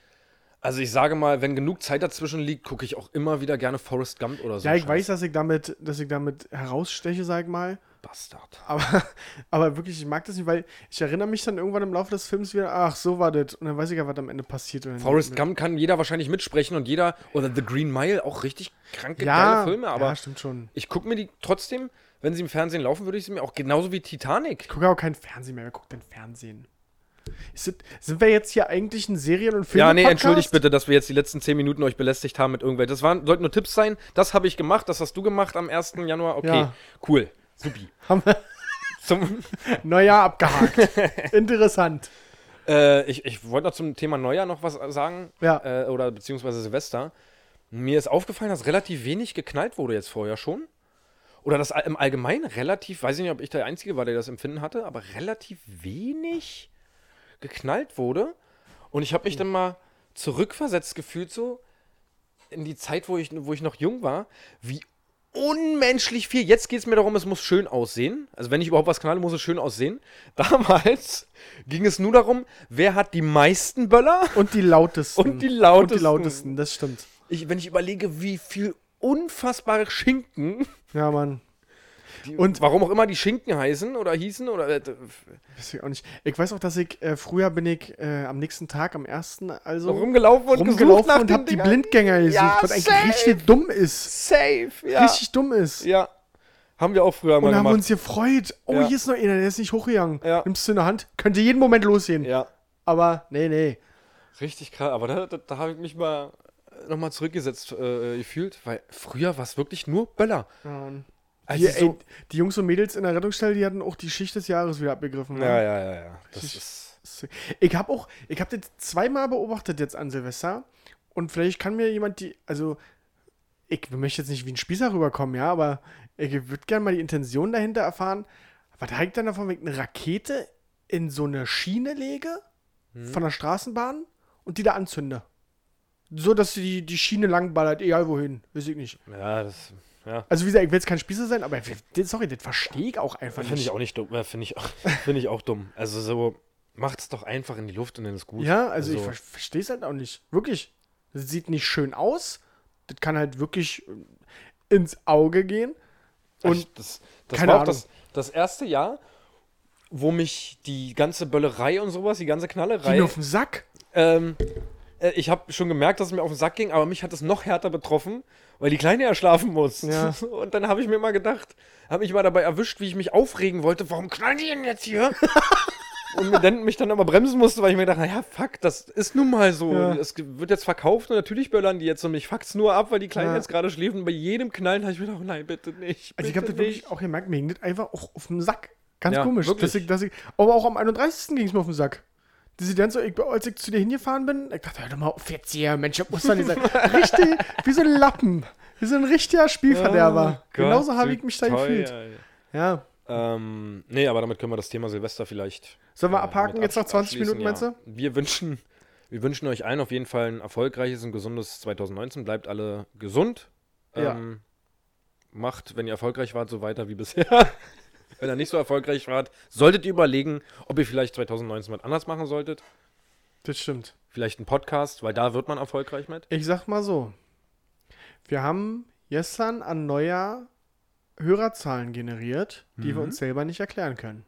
Speaker 3: Also ich sage mal, wenn genug Zeit dazwischen liegt, gucke ich auch immer wieder gerne Forrest Gump oder so.
Speaker 2: Ja, ich
Speaker 3: Scheiß.
Speaker 2: weiß, dass ich damit, dass ich damit heraussteche, sag ich mal.
Speaker 3: Bastard.
Speaker 2: Aber, <laughs> aber wirklich, ich mag das nicht, weil ich erinnere mich dann irgendwann im Laufe des Films wieder, ach, so war das. Und dann weiß ich ja, was am Ende passiert. Und dann-
Speaker 3: Forrest Gump kann jeder wahrscheinlich mitsprechen und jeder. Oder The Green Mile, auch richtig kranke,
Speaker 2: ja,
Speaker 3: geile Filme. Aber
Speaker 2: ja, stimmt schon.
Speaker 3: ich gucke mir die trotzdem, wenn sie im Fernsehen laufen, würde ich sie mir auch genauso wie Titanic.
Speaker 2: Ich gucke auch kein Fernsehen mehr, wer guckt denn Fernsehen? Ist das, sind wir jetzt hier eigentlich ein Serien- und Film
Speaker 3: Ja, nee, entschuldigt bitte, dass wir jetzt die letzten 10 Minuten euch belästigt haben mit irgendwelchen. Das waren, sollten nur Tipps sein. Das habe ich gemacht, das hast du gemacht am 1. Januar. Okay,
Speaker 2: Ja.
Speaker 3: cool. Supi.
Speaker 2: Haben wir
Speaker 3: <laughs> Zum,
Speaker 2: Neujahr
Speaker 3: <laughs>
Speaker 2: abgehakt. Interessant.
Speaker 3: Äh, ich ich wollte noch zum Thema Neujahr noch was sagen.
Speaker 2: Ja.
Speaker 3: Äh, oder beziehungsweise Silvester. Mir ist aufgefallen, dass relativ wenig geknallt wurde jetzt vorher schon. Oder dass all- im Allgemeinen relativ, weiß ich nicht, ob ich der Einzige war, der das Empfinden hatte, aber relativ wenig geknallt wurde. Und ich habe mich dann mal zurückversetzt gefühlt so in die Zeit, wo ich, wo ich noch jung war, wie unmenschlich viel. Jetzt geht es mir darum, es muss schön aussehen. Also wenn ich überhaupt was knalle, muss es schön aussehen. <laughs> Damals ging es nur darum, wer hat die meisten Böller?
Speaker 2: Und die lautesten. <laughs>
Speaker 3: Und die lautesten.
Speaker 2: Und die lautesten, das stimmt.
Speaker 3: Ich, wenn ich überlege, wie viel unfassbare Schinken
Speaker 2: Ja, Mann.
Speaker 3: und warum auch immer die Schinken heißen oder hießen oder äh,
Speaker 2: Weiß ich auch nicht. Ich weiß auch, dass ich, äh, früher bin ich äh, am nächsten Tag, am ersten, also
Speaker 3: rumgelaufen und gesucht
Speaker 2: rumgelaufen
Speaker 3: nach
Speaker 2: und
Speaker 3: den
Speaker 2: hab die
Speaker 3: Dingern.
Speaker 2: Blindgänger gesucht,
Speaker 3: Ja,
Speaker 2: was eigentlich
Speaker 3: safe.
Speaker 2: richtig dumm ist.
Speaker 3: Safe, ja.
Speaker 2: Richtig dumm ist.
Speaker 3: Ja. Haben wir auch früher mal
Speaker 2: Und haben
Speaker 3: gemacht.
Speaker 2: uns gefreut. Oh,
Speaker 3: Ja.
Speaker 2: hier ist noch einer, der ist nicht hochgegangen.
Speaker 3: Ja.
Speaker 2: Nimmst du in der Hand, könnte jeden Moment losgehen.
Speaker 3: ja.
Speaker 2: Aber nee, nee.
Speaker 3: Richtig krass, aber da, da, da habe ich mich mal nochmal zurückgesetzt äh, gefühlt, weil früher war es wirklich nur Böller. Also
Speaker 2: Hier, ey, die Jungs und Mädels in der Rettungsstelle, die hatten auch die Schicht des Jahres wieder abgegriffen.
Speaker 3: ja, ja, ja, ja.
Speaker 2: ne?
Speaker 3: Das
Speaker 2: Richtig.
Speaker 3: ist,
Speaker 2: Ich habe auch, ich habe das zweimal beobachtet jetzt an Silvester und vielleicht kann mir jemand die, also ich möchte jetzt nicht wie ein Spießer rüberkommen, ja, aber ich würde gerne mal die Intention dahinter erfahren. Was hängt dann davon, wenn ich eine Rakete in so eine Schiene lege von der Straßenbahn und die da anzünde? So, dass sie die, die Schiene langballert, egal wohin, weiß ich nicht.
Speaker 3: ja, das, ja.
Speaker 2: Also wie gesagt, ich will jetzt kein Spießer sein, aber sorry, das verstehe ich auch einfach
Speaker 3: Finde
Speaker 2: nicht.
Speaker 3: ich auch nicht dumm. äh, Finde ich, auch- <laughs> finde ich auch dumm. Also so, macht's doch einfach in die Luft und dann ist gut.
Speaker 2: Ja, also, ich ver verstehe es halt auch nicht. Wirklich. Das sieht nicht schön aus. Das kann halt wirklich ähm, ins Auge gehen.
Speaker 3: Und
Speaker 2: Und
Speaker 3: das, das
Speaker 2: keine
Speaker 3: war auch
Speaker 2: Ahnung.
Speaker 3: das, das erste Jahr, wo mich die ganze Böllerei und sowas, die ganze
Speaker 2: die
Speaker 3: Knallerei.
Speaker 2: nur auf den Sack.
Speaker 3: ähm, äh, ich habe schon gemerkt, dass es mir auf den Sack ging, aber mich hat es noch härter betroffen, weil die Kleine ja schlafen muss.
Speaker 2: Ja.
Speaker 3: <laughs> Und dann habe ich mir mal gedacht, habe mich mal dabei erwischt, wie ich mich aufregen wollte, warum knallen die denn
Speaker 2: <laughs>
Speaker 3: jetzt hier? und mir dann, mich dann aber bremsen musste, weil ich mir gedacht habe, ja, fuck, das ist nun mal so.
Speaker 2: Ja.
Speaker 3: Es ge- wird jetzt verkauft und natürlich böllern die jetzt und ich fuck's nur ab, weil die Kleine
Speaker 2: Ja.
Speaker 3: jetzt gerade schläft und bei jedem Knallen habe ich mir gedacht, oh nein, bitte nicht. Bitte
Speaker 2: Also ich habe das
Speaker 3: nicht.
Speaker 2: wirklich auch gemerkt, mir ging das einfach auch auf den Sack. Ganz
Speaker 3: Ja,
Speaker 2: komisch.
Speaker 3: wirklich.
Speaker 2: Dass ich, dass ich, aber auch am 31. ging es mir auf den Sack. Diese ganze, ich, als ich zu dir hingefahren bin, ich dachte, hör doch mal auf jetzt hier, Mensch, das muss doch nicht sein.
Speaker 3: <laughs>
Speaker 2: Richtig, wie so ein Lappen. Wie so ein richtiger <laughs> Spielverderber.
Speaker 3: Oh Gott,
Speaker 2: Genauso habe ich
Speaker 3: du
Speaker 2: mich da
Speaker 3: Teuer,
Speaker 2: gefühlt.
Speaker 3: ey.
Speaker 2: Ja.
Speaker 3: Ähm, nee, aber damit können wir das Thema Silvester vielleicht.
Speaker 2: Sollen wir
Speaker 3: äh,
Speaker 2: abhaken
Speaker 3: mit
Speaker 2: jetzt nach
Speaker 3: absch-
Speaker 2: 20 Minuten, meinst
Speaker 3: abschließen,
Speaker 2: du?
Speaker 3: Ja. Wir wünschen, wir wünschen euch allen auf jeden Fall ein erfolgreiches und gesundes 2019. Bleibt alle gesund.
Speaker 2: Ja.
Speaker 3: Ähm, macht, wenn ihr erfolgreich wart, so weiter wie bisher. <laughs> wenn er nicht so erfolgreich war, solltet ihr überlegen, ob ihr vielleicht 2019 was anders machen solltet.
Speaker 2: Das stimmt.
Speaker 3: Vielleicht einen Podcast, weil da wird man erfolgreich mit.
Speaker 2: Ich sag mal so. Wir haben gestern an Neujahr Hörerzahlen generiert, die
Speaker 3: Mhm.
Speaker 2: wir uns selber nicht erklären können.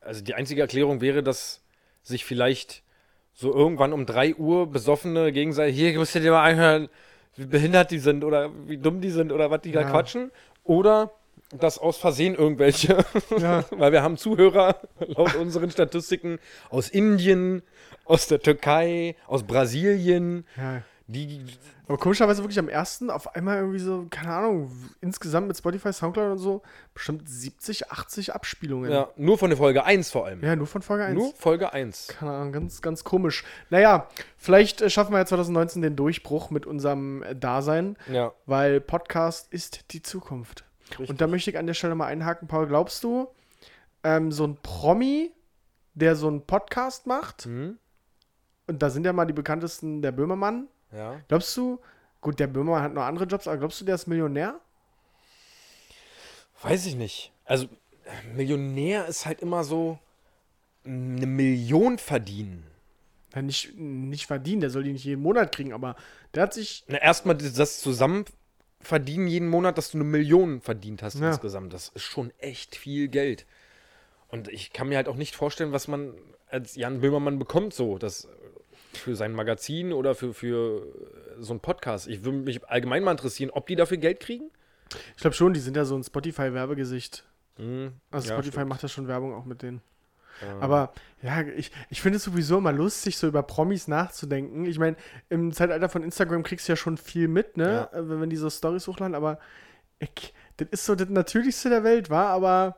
Speaker 3: Also die einzige Erklärung wäre, dass sich vielleicht so irgendwann um 3 Uhr besoffene gegenseitig, hier müsst ihr dir mal anhören, wie behindert die sind oder wie dumm die sind oder was die da
Speaker 2: Ja.
Speaker 3: quatschen. Oder dass aus Versehen irgendwelche,
Speaker 2: Ja.
Speaker 3: <laughs> weil wir haben Zuhörer laut unseren Statistiken aus Indien, aus der Türkei, aus Brasilien,
Speaker 2: <laughs> ja.
Speaker 3: die
Speaker 2: Aber komischerweise wirklich am ersten auf einmal irgendwie so, keine Ahnung, insgesamt mit Spotify, Soundcloud und so, bestimmt 70, 80 Abspielungen.
Speaker 3: ja, nur von der Folge 1 vor allem.
Speaker 2: Ja, nur von Folge 1.
Speaker 3: Nur Folge 1.
Speaker 2: Keine Ahnung, ganz, ganz komisch. Naja, vielleicht äh, schaffen wir ja 2019 den Durchbruch mit unserem äh, Dasein,
Speaker 3: Ja.
Speaker 2: weil Podcast ist die Zukunft. Und da möchte ich an der Stelle mal einhaken, Paul, glaubst du, ähm, so ein Promi, der so einen Podcast macht,
Speaker 3: Mhm.
Speaker 2: und da sind ja mal die bekanntesten der Böhmermann,
Speaker 3: Ja.
Speaker 2: glaubst du, gut, der Böhmermann hat noch andere Jobs, aber glaubst du, der ist Millionär?
Speaker 3: Weiß ich nicht. Also, Millionär ist halt immer so eine Million verdienen.
Speaker 2: Ja, nicht, nicht verdient, der soll die nicht jeden Monat kriegen, aber der hat sich,
Speaker 3: Na, erstmal das zusammen verdienen jeden Monat, dass du eine Million verdient hast
Speaker 2: Ja.
Speaker 3: insgesamt. Das ist schon echt viel Geld. Und ich kann mir halt auch nicht vorstellen, was man als Jan Böhmermann bekommt, so das für sein Magazin oder für, für äh, so einen Podcast. Ich würde mich allgemein mal interessieren, ob die dafür Geld kriegen.
Speaker 2: ich glaube schon, die sind ja so ein Spotify-Werbegesicht.
Speaker 3: Hm,
Speaker 2: Also
Speaker 3: ja,
Speaker 2: Spotify
Speaker 3: stimmt. Ähm.
Speaker 2: macht ja schon Werbung auch mit denen.
Speaker 3: Ja.
Speaker 2: Aber ja, ich, ich finde es sowieso immer lustig, so über Promis nachzudenken. Ich meine, im Zeitalter von Instagram kriegst du ja schon viel mit, ne? Äh, Wenn wenn die so Stories hochladen, aber ich, das ist so das Natürlichste der Welt, war, aber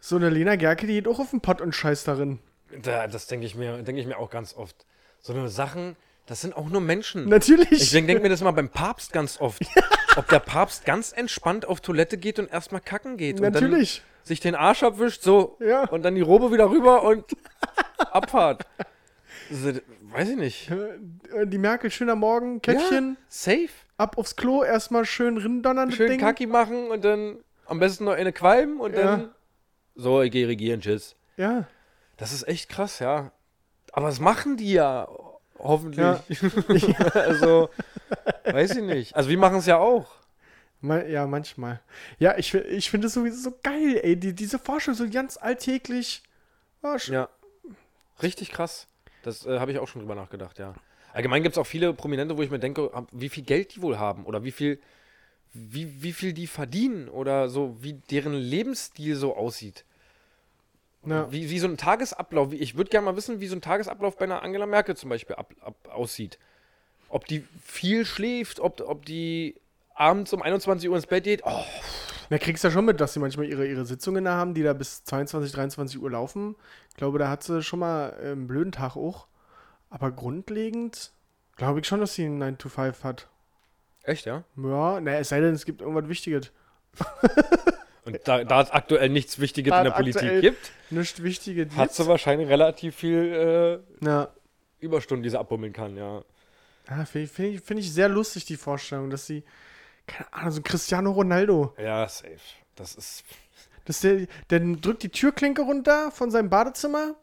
Speaker 2: so eine Lena Gerke, die geht auch auf den Pott und scheiß darin.
Speaker 3: Da, das denke ich mir, denke ich mir auch ganz oft. So eine Sachen, das sind auch nur Menschen.
Speaker 2: Natürlich.
Speaker 3: Mhm. Ich denke denk mir das mal beim Papst ganz oft. Ob der Papst ganz entspannt auf Toilette geht und erstmal kacken geht.
Speaker 2: <laughs> Natürlich.
Speaker 3: Und dann sich den Arsch abwischt, so.
Speaker 2: Ja.
Speaker 3: Und dann die Robe wieder rüber und <laughs> Abfahrt. So, weiß ich nicht.
Speaker 2: Äh, Die Merkel, schöner Morgen, Käffchen,
Speaker 3: Ja, safe.
Speaker 2: ab aufs Klo, erstmal schön rindonnern, das
Speaker 3: Schön
Speaker 2: Ding.
Speaker 3: Kacki machen und dann am besten noch eine Qualm und
Speaker 2: Ja.
Speaker 3: dann. So, ich gehe regieren, tschüss.
Speaker 2: Ja.
Speaker 3: Das ist echt krass, ja. Aber das machen die ja hoffentlich.
Speaker 2: Ja.
Speaker 3: <laughs> also, weiß ich nicht. Also, wir machen es ja auch.
Speaker 2: Ma- Ja, manchmal. Ja, ich, fi- ich finde es sowieso so geil, ey. Die, diese Forschung so ganz alltäglich. Ja, sch-
Speaker 3: Ja. Richtig krass. Das äh, habe ich auch schon drüber nachgedacht, ja. Allgemein gibt es auch viele Prominente, wo ich mir denke, hab- wie viel Geld die wohl haben oder wie viel, wie, wie viel die verdienen oder so, wie deren Lebensstil so aussieht.
Speaker 2: ja.
Speaker 3: Wie, wie so ein Tagesablauf, wie, ich würde gerne mal wissen, wie so ein Tagesablauf bei einer Angela Merkel zum Beispiel ab, ab, aussieht. Ob die viel schläft, ob, ob die abends um 21 Uhr ins Bett geht. Oh,
Speaker 2: Na, kriegst ja schon mit, dass sie manchmal ihre, ihre Sitzungen da haben, die da bis 22, 23 Uhr laufen. Ich glaube, da hat sie schon mal äh, einen blöden Tag auch. Aber grundlegend glaube ich schon, dass sie einen 9-to-5 hat.
Speaker 3: echt, ja?
Speaker 2: Ja, na, es sei denn, es gibt irgendwas Wichtiges.
Speaker 3: Und da, da es aktuell nichts Wichtiges
Speaker 2: Da
Speaker 3: in der
Speaker 2: es
Speaker 3: Politik
Speaker 2: aktuell-
Speaker 3: gibt,
Speaker 2: Nicht Wichtiges.
Speaker 3: hat sie wahrscheinlich relativ viel äh,
Speaker 2: Na,
Speaker 3: Überstunden, die sie abbummeln kann, ja.
Speaker 2: ja, finde ich, find ich, find ich sehr lustig, die Vorstellung, dass sie, keine Ahnung, so ein Cristiano Ronaldo.
Speaker 3: Ja, safe. Das ist.
Speaker 2: Dass der, der drückt die Türklinke runter von seinem Badezimmer,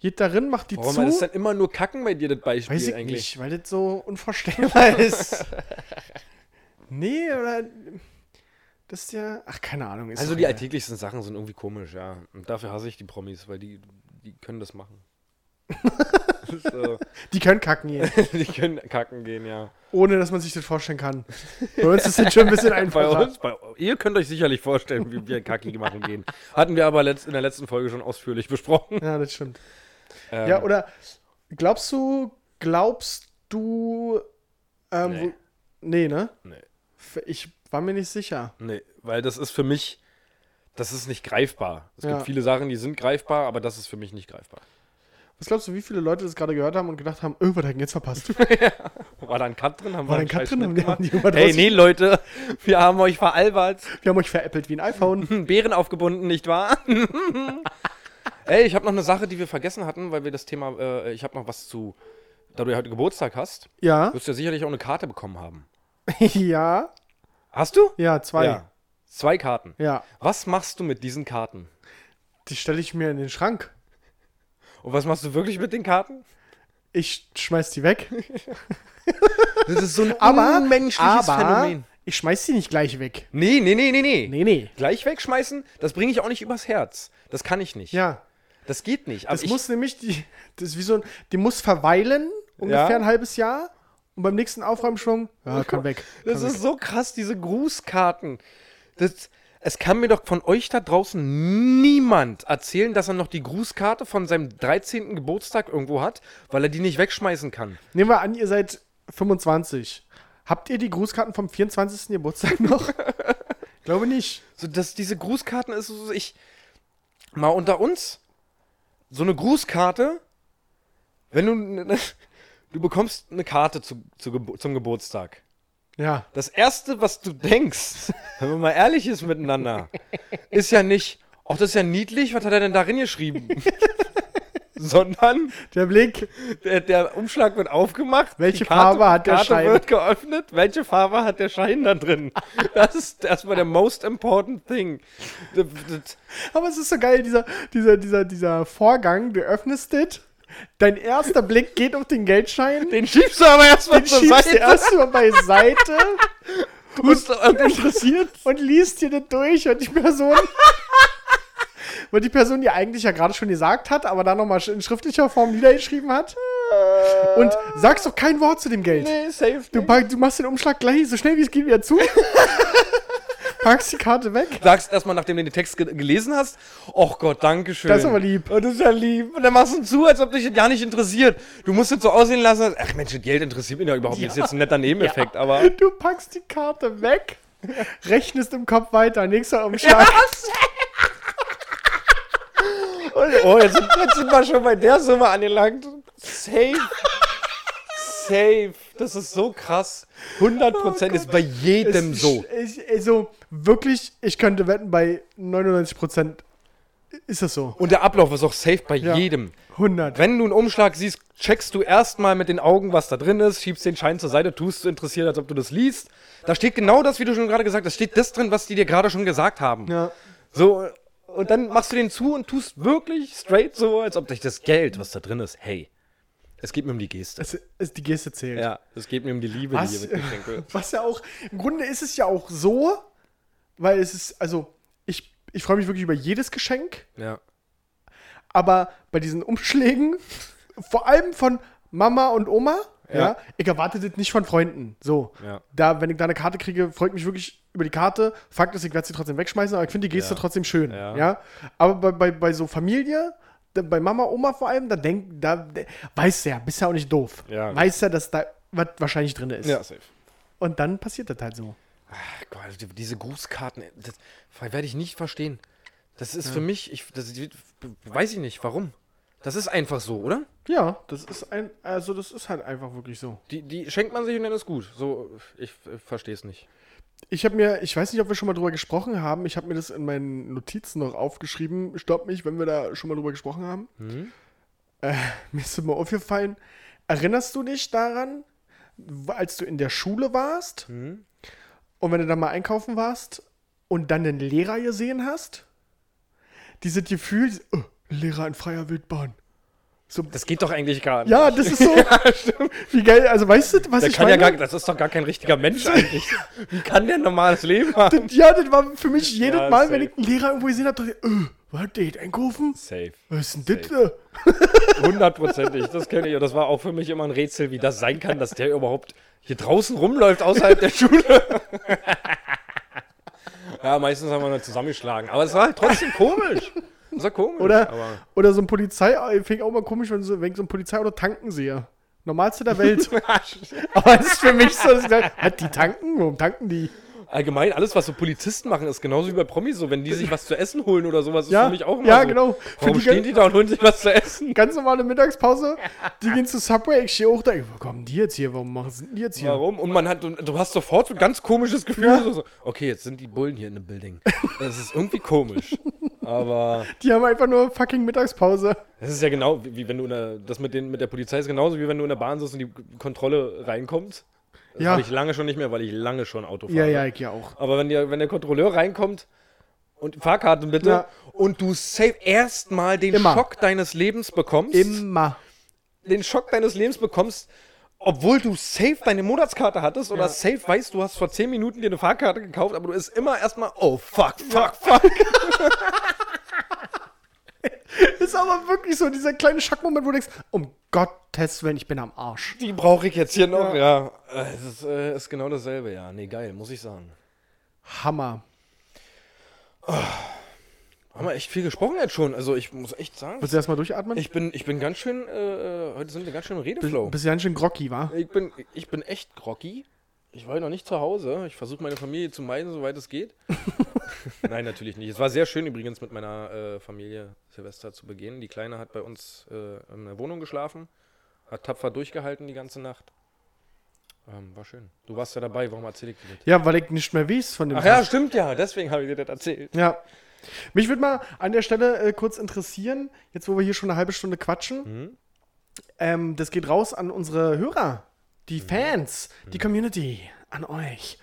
Speaker 2: geht darin, macht die
Speaker 3: Warum
Speaker 2: zu.
Speaker 3: war das denn immer nur Kacken bei dir, das Beispiel
Speaker 2: Weiß ich
Speaker 3: eigentlich?
Speaker 2: nicht, weil das so
Speaker 3: <laughs>
Speaker 2: unvorstellbar ist. nee, oder. Das ist ja. Ach, keine Ahnung. Ist
Speaker 3: Also
Speaker 2: doch
Speaker 3: die
Speaker 2: egal.
Speaker 3: alltäglichsten Sachen sind irgendwie komisch, ja. Und dafür hasse ich die Promis, weil die, die können
Speaker 2: <laughs>
Speaker 3: das machen. so, <laughs>
Speaker 2: Die können kacken hier.
Speaker 3: die können kacken gehen, ja.
Speaker 2: ohne dass man sich das vorstellen kann. Bei uns ist das schon ein bisschen
Speaker 3: <laughs> Bei
Speaker 2: einfacher.
Speaker 3: uns, bei, ihr könnt euch sicherlich vorstellen, wie wir Kacki machen gehen. Hatten wir aber letzt, in der letzten Folge schon ausführlich <laughs> besprochen.
Speaker 2: Ja, das stimmt.
Speaker 3: Ähm,
Speaker 2: Ja, oder glaubst du, glaubst du. Ähm,
Speaker 3: Nee.
Speaker 2: nee. Wo, nee, ne?
Speaker 3: Nee.
Speaker 2: F- Ich war mir nicht sicher.
Speaker 3: Nee, weil das ist für mich, das ist nicht greifbar. Es
Speaker 2: Ja.
Speaker 3: gibt viele Sachen, die sind greifbar, aber das ist für mich nicht greifbar.
Speaker 2: Was glaubst du, wie viele Leute das gerade gehört haben und gedacht haben, irgendwas hat ihn jetzt verpasst?
Speaker 3: <laughs> War da ein Cut drin? Haben
Speaker 2: War da ein
Speaker 3: einen
Speaker 2: Cut
Speaker 3: scheiß
Speaker 2: drin?
Speaker 3: Schnitt
Speaker 2: Haben die- haben die
Speaker 3: gemacht?
Speaker 2: irgendwas
Speaker 3: Hey,
Speaker 2: raus-
Speaker 3: nee, Leute, wir haben euch veralbert,
Speaker 2: Wir haben euch veräppelt wie ein iPhone.
Speaker 3: <laughs> einen Bären aufgebunden, nicht <laughs> wahr? Ey, ich habe noch eine Sache, die wir vergessen hatten, weil wir das Thema, äh, ich habe noch was zu, da du ja heute Geburtstag hast,
Speaker 2: Ja.
Speaker 3: wirst du ja sicherlich auch eine Karte bekommen haben.
Speaker 2: <laughs> ja.
Speaker 3: Hast du?
Speaker 2: Ja, zwei.
Speaker 3: Zwei Karten.
Speaker 2: Ja,
Speaker 3: Was machst du mit diesen Karten?
Speaker 2: die stelle ich mir in den Schrank.
Speaker 3: Und was machst du wirklich mit den Karten?
Speaker 2: Ich schmeiß die weg.
Speaker 3: <laughs> Das ist so <laughs> ein
Speaker 2: Aber,
Speaker 3: unmenschliches
Speaker 2: aber
Speaker 3: Phänomen.
Speaker 2: ich schmeiß die nicht gleich weg.
Speaker 3: Nee, nee, nee, nee, nee.
Speaker 2: Nee, nee.
Speaker 3: Gleich wegschmeißen, das bringe ich auch nicht übers Herz. Das kann ich nicht.
Speaker 2: Ja,
Speaker 3: Das geht nicht. Also Aber
Speaker 2: das
Speaker 3: ich,
Speaker 2: muss nämlich, die, das ist wie so ein, die muss verweilen, ungefähr
Speaker 3: Ja.
Speaker 2: ein halbes Jahr. Und beim nächsten Aufräumschwung, ja, kann weg. Kann
Speaker 3: das
Speaker 2: weg.
Speaker 3: ist so krass, diese Grußkarten. Das, es kann mir doch von euch da draußen niemand erzählen, dass er noch die Grußkarte von seinem 13. Geburtstag irgendwo hat, weil er die nicht wegschmeißen kann.
Speaker 2: Nehmen wir an, ihr seid 25. Habt ihr die Grußkarten vom 24. Geburtstag noch? <laughs> Glaube nicht.
Speaker 3: So, dass diese Grußkarten ist so, ich. Mal unter uns. So eine Grußkarte, wenn du. <laughs> Du bekommst eine Karte zu, zu, Gebo- zum Geburtstag.
Speaker 2: Ja.
Speaker 3: Das erste, was du denkst, <laughs> wenn man mal ehrlich ist miteinander, ist ja nicht, ach, das ist ja niedlich, was hat er denn darin geschrieben? <laughs> Sondern
Speaker 2: Der Blick.
Speaker 3: der, der Umschlag wird aufgemacht.
Speaker 2: Welche
Speaker 3: die Karte,
Speaker 2: Farbe hat der
Speaker 3: Karte
Speaker 2: Schein?
Speaker 3: wird geöffnet. Welche Farbe hat der Schein da drin? Das ist erstmal der most important thing. Das, das,
Speaker 2: Aber es ist so geil, dieser, dieser, dieser, dieser Vorgang. Du öffnest es. Dein erster Blick geht auf den Geldschein.
Speaker 3: den schiebst du aber erstmal
Speaker 2: Den
Speaker 3: zur
Speaker 2: schiebst du
Speaker 3: Seite.
Speaker 2: erstmal <laughs> beiseite.
Speaker 3: Musst
Speaker 2: <laughs>
Speaker 3: du- und
Speaker 2: interessiert. Und liest dir das durch. Und die <laughs> Person. Weil die Person, die eigentlich ja gerade schon gesagt hat, aber dann nochmal in schriftlicher Form niedergeschrieben hat. Und sagst doch kein Wort zu dem Geld.
Speaker 3: <laughs> nee, safe.
Speaker 2: Du,
Speaker 3: nicht.
Speaker 2: pack- du machst den Umschlag gleich so schnell wie es geht wieder
Speaker 3: <laughs>
Speaker 2: zu. packst die Karte weg.
Speaker 3: sagst erstmal, nachdem du den Text ge gelesen hast, oh Gott, danke schön.
Speaker 2: Das ist aber lieb.
Speaker 3: Oh, das ist ja lieb. Und dann machst du ihn zu, als ob dich das gar nicht interessiert. Du musst es so aussehen lassen, als, ach Mensch, das Geld interessiert mich ja überhaupt nicht. Das ist jetzt ein netter Nebeneffekt, aber...
Speaker 2: Du packst die Karte weg, rechnest im Kopf weiter, nächster Umschlag.
Speaker 3: Oh, jetzt, sind- jetzt sind wir schon bei der Summe angelangt. Safe. Safe. Das ist so krass. 100% Prozent ist bei jedem
Speaker 2: Oh Es-
Speaker 3: so.
Speaker 2: Ich, also wirklich, ich könnte wetten, bei 99% ist das so.
Speaker 3: Und der Ablauf ist auch safe bei
Speaker 2: Ja.
Speaker 3: jedem.
Speaker 2: 100.
Speaker 3: Wenn du einen Umschlag siehst, checkst du erstmal mit den Augen, was da drin ist, schiebst den Schein zur Seite, tust so interessiert, als ob du das liest. Da steht genau das, wie du schon gerade gesagt hast, steht das drin, was die dir gerade schon gesagt haben.
Speaker 2: Ja.
Speaker 3: So, und dann machst du den zu und tust wirklich straight so, als ob dich das Geld, was da drin ist, hey, es geht mir um die Geste.
Speaker 2: Es, es, die Geste zählt.
Speaker 3: Ja, es geht mir um die Liebe, die
Speaker 2: Was,
Speaker 3: hier mitgeschenkt wird.
Speaker 2: was ja auch, im Grunde ist es ja auch so, weil es ist, also ich, ich freue mich wirklich über jedes Geschenk.
Speaker 3: Ja.
Speaker 2: aber bei diesen Umschlägen, vor allem von Mama und Oma, ja,
Speaker 3: Ja.
Speaker 2: ich erwarte das nicht von Freunden. So.
Speaker 3: Ja.
Speaker 2: Da, wenn ich da eine Karte kriege, freut mich wirklich über die Karte. Fakt ist, ich werde sie trotzdem wegschmeißen, aber ich finde die Geste
Speaker 3: Ja.
Speaker 2: trotzdem schön. Ja.
Speaker 3: Ja.
Speaker 2: Aber bei, bei, bei so Familie, da, bei Mama, Oma vor allem, da denkt, da de- weiß ja, bist ja auch nicht doof.
Speaker 3: Ja.
Speaker 2: Weiß ja, dass da was wahrscheinlich drin ist.
Speaker 3: Ja, safe.
Speaker 2: Und dann passiert das halt so.
Speaker 3: Ach Gott, die- diese Grußkarten, das werde ich nicht verstehen. Das ist für mich, ich das, weiß ich nicht, warum. Das ist einfach so, oder?
Speaker 2: Ja, das ist ein, also das ist halt einfach wirklich so.
Speaker 3: Die, die schenkt man sich und dann ist gut. So, ich, ich verstehe es nicht.
Speaker 2: Ich habe mir, ich weiß nicht, ob wir schon mal drüber gesprochen haben, ich habe mir das in meinen Notizen noch aufgeschrieben. Stopp mich, wenn wir da schon mal drüber gesprochen haben.
Speaker 3: Hm?
Speaker 2: Äh, <laughs> mir ist immer aufgefallen, erinnerst du dich daran, w- als du in der Schule warst
Speaker 3: Hm?
Speaker 2: und wenn du da mal einkaufen warst und dann den Lehrer gesehen hast? Dieses Gefühl, dieses, oh, Lehrer in freier Wildbahn. So,
Speaker 3: Das geht doch eigentlich gar nicht.
Speaker 2: ja, das ist
Speaker 3: <laughs>
Speaker 2: so. Wie geil, also weißt du, was
Speaker 3: Der
Speaker 2: ich
Speaker 3: kann ja
Speaker 2: meine?
Speaker 3: gar, das ist doch gar kein richtiger <laughs> Mensch eigentlich. Wie kann der ein normales Leben <laughs> haben?
Speaker 2: Ja, das war für mich jedes
Speaker 3: Ja,
Speaker 2: Mal,
Speaker 3: safe.
Speaker 2: wenn ich einen Lehrer irgendwo gesehen habe, dachte ich, äh, was, der geht einkaufen?
Speaker 3: Safe.
Speaker 2: Was ist denn das? äh?
Speaker 3: Hundertprozentig. Das kenne ich. Und das war auch für mich immer ein Rätsel, wie das sein kann, dass der überhaupt hier draußen rumläuft außerhalb der Schule.
Speaker 2: <laughs>
Speaker 3: ja, meistens haben wir nur zusammengeschlagen. Aber es war halt trotzdem komisch. Das war komisch. Aber
Speaker 2: Oder, oder so ein Polizei, finde ich auch mal komisch, wenn, so, wenn ich so ein Polizei oder tanken sehe. Normalste der
Speaker 3: <laughs>
Speaker 2: Welt. Aber es ist für mich so, dass ich sage, was, die tanken? Warum tanken die?
Speaker 3: <laughs> allgemein, alles, was so Polizisten machen, ist genauso wie bei Promis so. Wenn die sich was zu essen holen oder sowas, ist
Speaker 2: Ja,
Speaker 3: für mich auch immer
Speaker 2: ja,
Speaker 3: so.
Speaker 2: genau. Für
Speaker 3: Warum
Speaker 2: die
Speaker 3: stehen
Speaker 2: ganz-
Speaker 3: die da und holen sich was zu essen?
Speaker 2: Ganz normale Mittagspause, die gehen zu Subway, ich stehe auch da, ich, wo kommen die jetzt hier? Warum machen sie denn die jetzt hier?
Speaker 3: Warum? Und man hat, und du hast sofort so ein ganz komisches Gefühl. So, so, okay, jetzt sind die Bullen hier in dem Building. Das ist irgendwie komisch. Aber
Speaker 2: Die haben einfach nur fucking Mittagspause.
Speaker 3: Das ist ja genau, wie wie wenn du in der, das mit, den, mit der Polizei ist genauso, wie wenn du in der Bahn sitzt und die Kontrolle reinkommt Das
Speaker 2: Ja.
Speaker 3: habe ich lange schon nicht mehr, weil ich lange schon Auto fahre.
Speaker 2: Ja, ja, ich ja auch.
Speaker 3: Aber wenn der, wenn der Kontrolleur reinkommt und Fahrkarten bitte
Speaker 2: Ja.
Speaker 3: und du safe erstmal den
Speaker 2: Immer.
Speaker 3: Schock deines Lebens bekommst,
Speaker 2: Immer.
Speaker 3: den Schock deines Lebens bekommst, obwohl du safe deine Monatskarte hattest oder
Speaker 2: Ja.
Speaker 3: safe weißt, du hast vor 10 Minuten dir eine Fahrkarte gekauft, aber du ist immer erstmal, oh fuck, fuck, fuck.
Speaker 2: Ist aber wirklich so dieser kleine Schockmoment, wo du denkst, um Gottes Willen, ich bin am Arsch.
Speaker 3: Die brauche ich jetzt hier noch. Ja, Äh, es ist, äh, ist genau dasselbe, ja. Nee, geil, muss ich sagen.
Speaker 2: Hammer.
Speaker 3: Haben wir echt viel gesprochen jetzt schon. Also ich muss echt sagen,
Speaker 2: Willst du erstmal durchatmen?
Speaker 3: ich bin, ich bin ganz schön, äh, äh, heute sind wir ganz schön im Redeflow.
Speaker 2: Bist ja ganz schön groggy, war?
Speaker 3: Ich bin, ich bin echt groggy. Ich war ja noch nicht zu Hause. Ich versuche meine Familie zu meiden, soweit
Speaker 2: <laughs>
Speaker 3: es geht. Nein, natürlich nicht. Es war sehr schön übrigens mit meiner äh, Familie Silvester zu begehen. Die Kleine hat bei uns äh, in der Wohnung geschlafen, hat tapfer durchgehalten die ganze Nacht. Ähm, war schön. Du warst ja dabei, warum erzähl ich dir das?
Speaker 2: Ja, weil ich nicht mehr weiß von dem
Speaker 3: Ach ja, stimmt ja, deswegen habe ich dir das erzählt.
Speaker 2: Ja. Mich würde mal an der Stelle äh, kurz interessieren, jetzt wo wir hier schon eine halbe Stunde quatschen.
Speaker 3: Mhm.
Speaker 2: Ähm, das geht raus an unsere Hörer,
Speaker 3: Mhm.
Speaker 2: die Fans, die Community, an euch.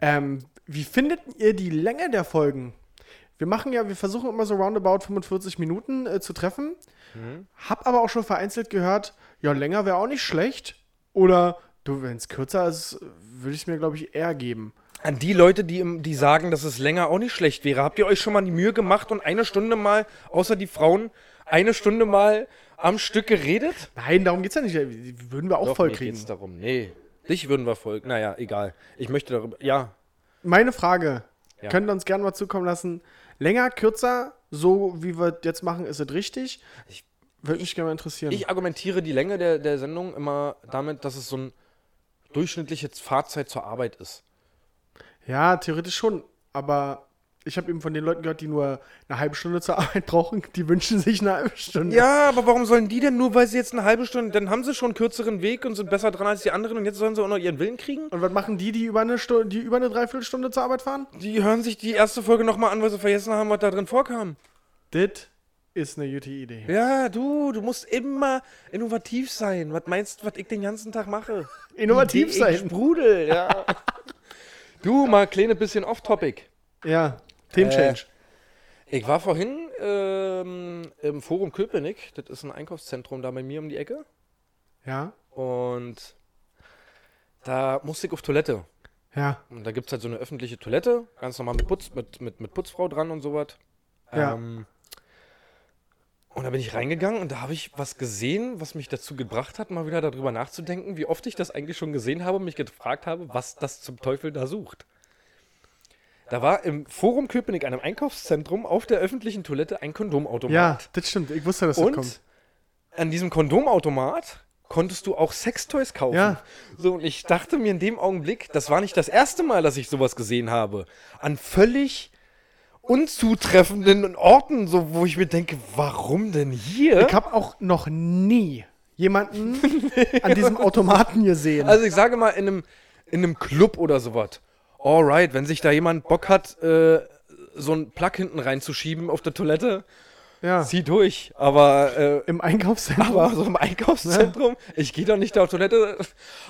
Speaker 2: Ähm, wie findet ihr die Länge der Folgen? Wir machen ja, wir versuchen immer so roundabout 45 Minuten äh, zu treffen.
Speaker 3: Mhm.
Speaker 2: Hab aber auch schon vereinzelt gehört, ja, länger wäre auch nicht schlecht. Oder, du, wenn es kürzer ist, würde ich es mir, glaube ich, eher geben.
Speaker 3: An die Leute, die, im, die sagen, dass es länger auch nicht schlecht wäre, habt ihr euch schon mal die Mühe gemacht und eine Stunde mal, außer die Frauen, eine Stunde mal am Stück geredet?
Speaker 2: Nein, darum geht's ja nicht. Die Würden wir auch
Speaker 3: Doch,
Speaker 2: voll
Speaker 3: mir
Speaker 2: kriegen.
Speaker 3: geht's darum. Nee, dich würden wir folgen. Naja, egal. Ich möchte darüber. Ja,
Speaker 2: Meine Frage,
Speaker 3: Ja.
Speaker 2: könnt ihr uns gerne mal zukommen lassen. Länger, kürzer, so wie wir es jetzt machen, ist es richtig?
Speaker 3: Ich-
Speaker 2: Würde mich gerne mal interessieren.
Speaker 3: ich argumentiere die Länge der, der Sendung immer damit, dass es so eine durchschnittliche Fahrzeit zur Arbeit ist.
Speaker 2: ja, theoretisch schon, aber ich habe eben von den Leuten gehört, die nur eine halbe Stunde zur <laughs> Arbeit brauchen, die wünschen sich eine halbe Stunde.
Speaker 3: Ja, aber warum sollen die denn nur, weil sie jetzt eine halbe Stunde, dann haben sie schon einen kürzeren Weg und sind besser dran als die anderen und jetzt sollen sie auch noch ihren Willen kriegen?
Speaker 2: Und was machen die, die über eine Stunde, die über eine Dreiviertelstunde zur Arbeit fahren?
Speaker 3: Die hören sich die erste Folge nochmal an, weil sie vergessen haben, was da drin vorkam.
Speaker 2: Das ist eine gute Idee.
Speaker 3: Ja, du, du musst immer innovativ sein. Was meinst du, was ich den ganzen Tag mache?
Speaker 2: Innovativ
Speaker 3: Idee, ich
Speaker 2: sein.
Speaker 3: Sprudel, ja. <laughs> du, mal kleine bisschen off-topic.
Speaker 2: Ja,
Speaker 3: Äh.
Speaker 2: Themenchange.
Speaker 3: Ich war vorhin ähm, im Forum Köpenick, das ist ein Einkaufszentrum da bei mir um die Ecke.
Speaker 2: Ja,
Speaker 3: Und da musste ich auf Toilette.
Speaker 2: ja,
Speaker 3: Und da gibt es halt so eine öffentliche Toilette, ganz normal mit, Putz, mit, mit, mit Putzfrau dran und sowas.
Speaker 2: Ja.
Speaker 3: Ähm, und da bin ich reingegangen und da habe ich was gesehen, was mich dazu gebracht hat, mal wieder darüber nachzudenken, wie oft ich das eigentlich schon gesehen habe und mich gefragt habe, was das zum Teufel da sucht. Da war im Forum Köpenick, einem Einkaufszentrum, auf der öffentlichen Toilette ein Kondomautomat.
Speaker 2: ja, das stimmt. Ich wusste, dass das
Speaker 3: Und
Speaker 2: kommt.
Speaker 3: an diesem Kondomautomat konntest du auch Sextoys kaufen.
Speaker 2: Ja.
Speaker 3: So, und ich dachte mir in dem Augenblick, das war nicht das erste Mal, dass ich sowas gesehen habe. An völlig unzutreffenden Orten, so wo ich mir denke, warum denn hier?
Speaker 2: Ich habe auch noch nie jemanden an diesem Automaten gesehen.
Speaker 3: Also ich sage mal, in einem, in einem Club oder sowas. Alright, wenn sich da jemand Bock hat, äh, so einen Plug hinten reinzuschieben auf der Toilette,
Speaker 2: ja.
Speaker 3: zieh durch. Aber äh,
Speaker 2: Im Einkaufszentrum.
Speaker 3: Aber so im Einkaufszentrum, Ne? ich gehe doch nicht da auf Toilette.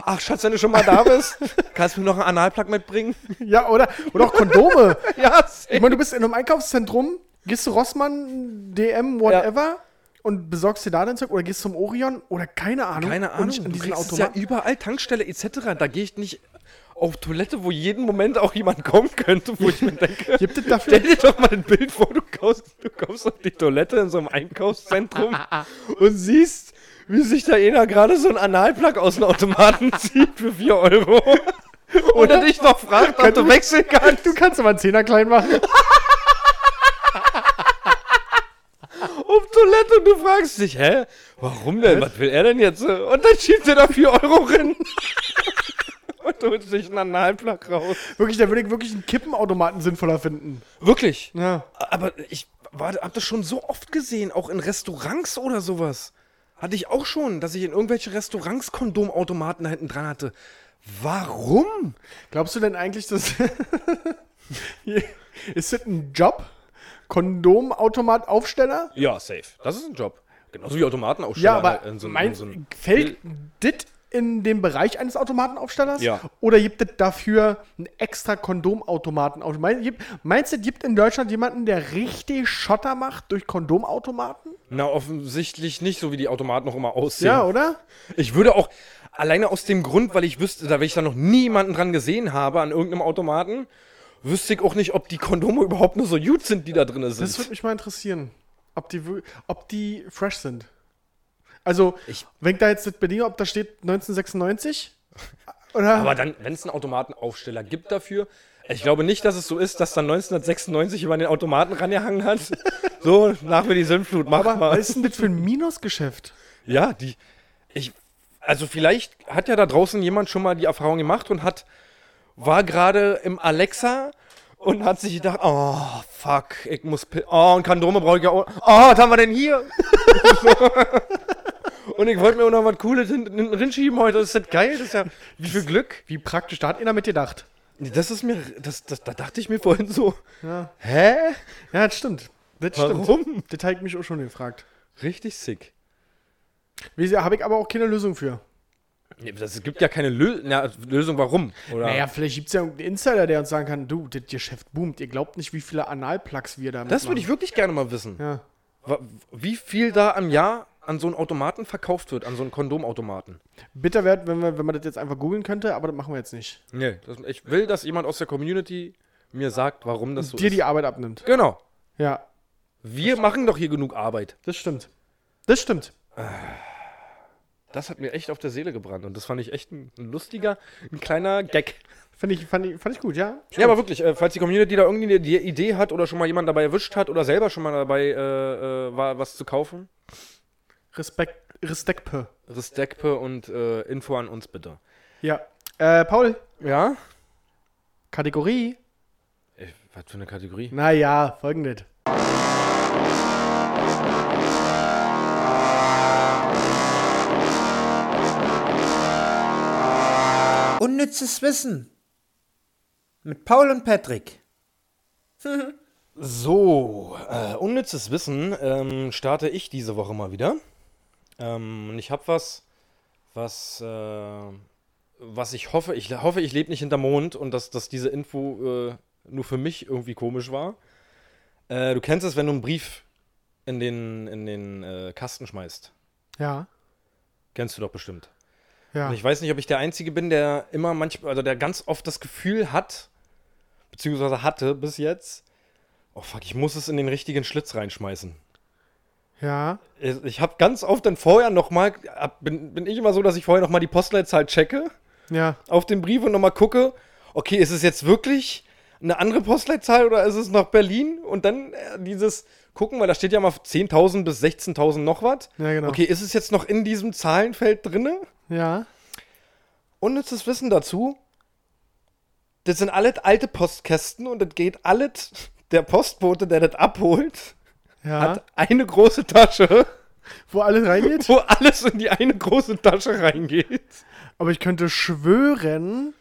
Speaker 3: Ach, Schatz, wenn du schon mal da <laughs> bist, kannst du mir noch einen Analplug mitbringen?
Speaker 2: Ja, oder? Oder auch Kondome.
Speaker 3: Ja,
Speaker 2: ich meine, du bist in einem Einkaufszentrum, gehst zu Rossmann, DM, whatever und besorgst dir da dein Zeug oder gehst zum Orion oder keine Ahnung.
Speaker 3: Keine Ahnung,
Speaker 2: Und an
Speaker 3: du
Speaker 2: diesen
Speaker 3: kriegst es ja
Speaker 2: Automaten.
Speaker 3: überall, Tankstelle etc. Da gehe ich nicht auf Toilette, wo jeden Moment auch jemand kommen könnte, wo ich mir <laughs> denke,
Speaker 2: Gibt es
Speaker 3: stell
Speaker 2: dafür?
Speaker 3: dir doch mal ein Bild vor, du kaufst, du kaufst auf die Toilette in so einem <laughs> Einkaufszentrum und siehst, wie sich da einer gerade so einen Analplug aus dem Automaten <laughs> zieht für 4 <laughs> Euro. Oder dich noch fragt, ob du wechseln kannst.
Speaker 2: Du kannst aber einen Zehner klein machen.
Speaker 3: auf Toilette und du fragst dich, hä? Warum denn? Was will er denn jetzt? Und dann schiebt er da 4 Euro rein. <laughs> und holt sich einen Analplug raus.
Speaker 2: Wirklich, da würde ich wirklich einen Kippenautomaten sinnvoller finden.
Speaker 3: Wirklich?
Speaker 2: Ja.
Speaker 3: Aber ich war, hab das schon so oft gesehen, auch in Restaurants oder sowas. Hatte ich auch schon, dass ich in irgendwelche Restaurants Kondomautomaten da hinten dran hatte. Warum?
Speaker 2: Glaubst du denn eigentlich, dass. <laughs> ist das ein Job? Kondomautomataufsteller?
Speaker 3: Ja, safe. Das ist ein Job. Genauso wie Automaten auch schon
Speaker 2: Ja, aber
Speaker 3: in so, einem-
Speaker 2: mein,
Speaker 3: in so einem-
Speaker 2: fällt dit in den Bereich eines Automatenaufstellers?
Speaker 3: Ja.
Speaker 2: Oder gibt es dafür einen extra Kondomautomaten? auf- Mein- gibt- Meinst du, gibt in Deutschland jemanden, der richtig Schotter macht durch Kondomautomaten?
Speaker 3: Na, offensichtlich nicht, so wie die Automaten noch immer aussehen.
Speaker 2: Ja, oder?
Speaker 3: Ich würde auch alleine aus dem Grund, weil ich wüsste, da weil ich da noch niemanden dran gesehen habe an irgendeinem Automaten, wüsste ich auch nicht, ob die Kondome überhaupt nur so gut sind, die da drin sind.
Speaker 2: Das würde mich mal interessieren, ob die, wir- ob die fresh sind. Also,
Speaker 3: Ich-
Speaker 2: wenn ich da jetzt das Bedingung, ob da steht
Speaker 3: <laughs>
Speaker 2: 1996? Oder?
Speaker 3: Aber dann, wenn es einen Automatenaufsteller gibt dafür, ich glaube nicht, dass es so ist, dass dann 1996 jemand den Automaten rangehangen hat. So, nach mir die Sinnflut, mach
Speaker 2: Aber
Speaker 3: <laughs> mal.
Speaker 2: was ist denn das für ein Minusgeschäft?
Speaker 3: Ja, die. Ich, also vielleicht hat ja da draußen jemand schon mal die Erfahrung gemacht und hat war gerade im Alexa und hat sich gedacht, oh fuck, ich muss pi- oh und Kondome brauche ich ja auch. Oh, was haben wir denn hier? und ich wollte mir auch noch was Cooles hinten hinten rinschieben heute. Ist das geil? Das ist ja wie viel Glück.
Speaker 2: Wie praktisch, da hat einer mitgedacht.
Speaker 3: Das ist mir, das, das, da dachte ich mir vorhin so,
Speaker 2: Ja,
Speaker 3: hä?
Speaker 2: ja das stimmt. Das
Speaker 3: Warum?
Speaker 2: stimmt. Das habe ich mich auch schon gefragt.
Speaker 3: Richtig sick.
Speaker 2: Habe ich aber auch keine Lösung für.
Speaker 3: Nee, das- Es gibt ja keine Lö na, Lösung, warum? Oder?
Speaker 2: Naja, vielleicht gibt es ja irgendeinen Insider, der uns sagen kann, du, das Geschäft boomt. Ihr glaubt nicht, wie viele Analplugs wir da
Speaker 3: das würde ich wirklich gerne mal wissen.
Speaker 2: Ja.
Speaker 3: Wa- Wie viel da am Jahr an so einen Automaten verkauft wird, an so einen Kondomautomaten?
Speaker 2: Bitter wäre, wenn, wir- wenn man das jetzt einfach googeln könnte, aber das machen wir jetzt nicht.
Speaker 3: Nee. Das, ich will, dass jemand aus der Community mir sagt, warum das so
Speaker 2: Dir
Speaker 3: ist.
Speaker 2: die Arbeit abnimmt.
Speaker 3: genau.
Speaker 2: Ja,
Speaker 3: Wir machen doch hier genug Arbeit.
Speaker 2: das stimmt. Das stimmt.
Speaker 3: Das hat mir echt auf der Seele gebrannt und das fand ich echt ein, ein lustiger, ein kleiner Gag.
Speaker 2: Fand ich, fand ich, fand ich gut, ja?
Speaker 3: Ja, aber wirklich, äh, falls die Community da irgendwie eine die Idee hat oder schon mal jemand dabei erwischt hat oder selber schon mal dabei äh, äh, war, was zu kaufen,
Speaker 2: Respekt, Respekt.
Speaker 3: Restekpe und äh, Info an uns bitte.
Speaker 2: Ja. Äh, Paul,
Speaker 3: Ja?
Speaker 2: Kategorie?
Speaker 3: Ey, was für eine Kategorie?
Speaker 2: Naja, folgendes.
Speaker 4: Unnützes Wissen. Mit Paul und Patrick.
Speaker 3: So, äh, unnützes Wissen ähm, starte ich diese Woche mal wieder. Ähm, und ich habe was, was, äh, was ich hoffe, ich le- hoffe, ich lebe nicht hinterm Mond und dass, dass diese Info äh, nur für mich irgendwie komisch war. Äh, du kennst es, wenn du einen Brief in den, in den äh, Kasten schmeißt.
Speaker 2: Ja.
Speaker 3: Kennst du doch bestimmt.
Speaker 2: Ja.
Speaker 3: Und ich weiß nicht, ob ich der Einzige bin, der immer manchmal, also der ganz oft das Gefühl hat, beziehungsweise hatte bis jetzt, oh fuck, ich muss es in den richtigen Schlitz reinschmeißen.
Speaker 2: Ja.
Speaker 3: Ich habe ganz oft dann vorher nochmal, bin, bin ich immer so, dass ich vorher nochmal die Postleitzahl checke
Speaker 2: Ja.
Speaker 3: auf den Brief und nochmal gucke, okay, ist es jetzt wirklich eine andere Postleitzahl oder ist es noch Berlin? Und dann äh, dieses gucken, weil da steht ja mal 10.000 bis 16.000 noch was.
Speaker 2: Ja, genau.
Speaker 3: Okay, ist es jetzt noch in diesem Zahlenfeld drinne?
Speaker 2: Ja.
Speaker 3: unnützes Wissen dazu. Das sind alles alte Postkästen und das geht alles. <laughs> Der Postbote, der das abholt,
Speaker 2: Ja.
Speaker 3: hat eine große <laughs> Tasche,
Speaker 2: Wo alles reingeht?
Speaker 3: wo alles in die eine große Tasche reingeht.
Speaker 2: Aber ich könnte schwören,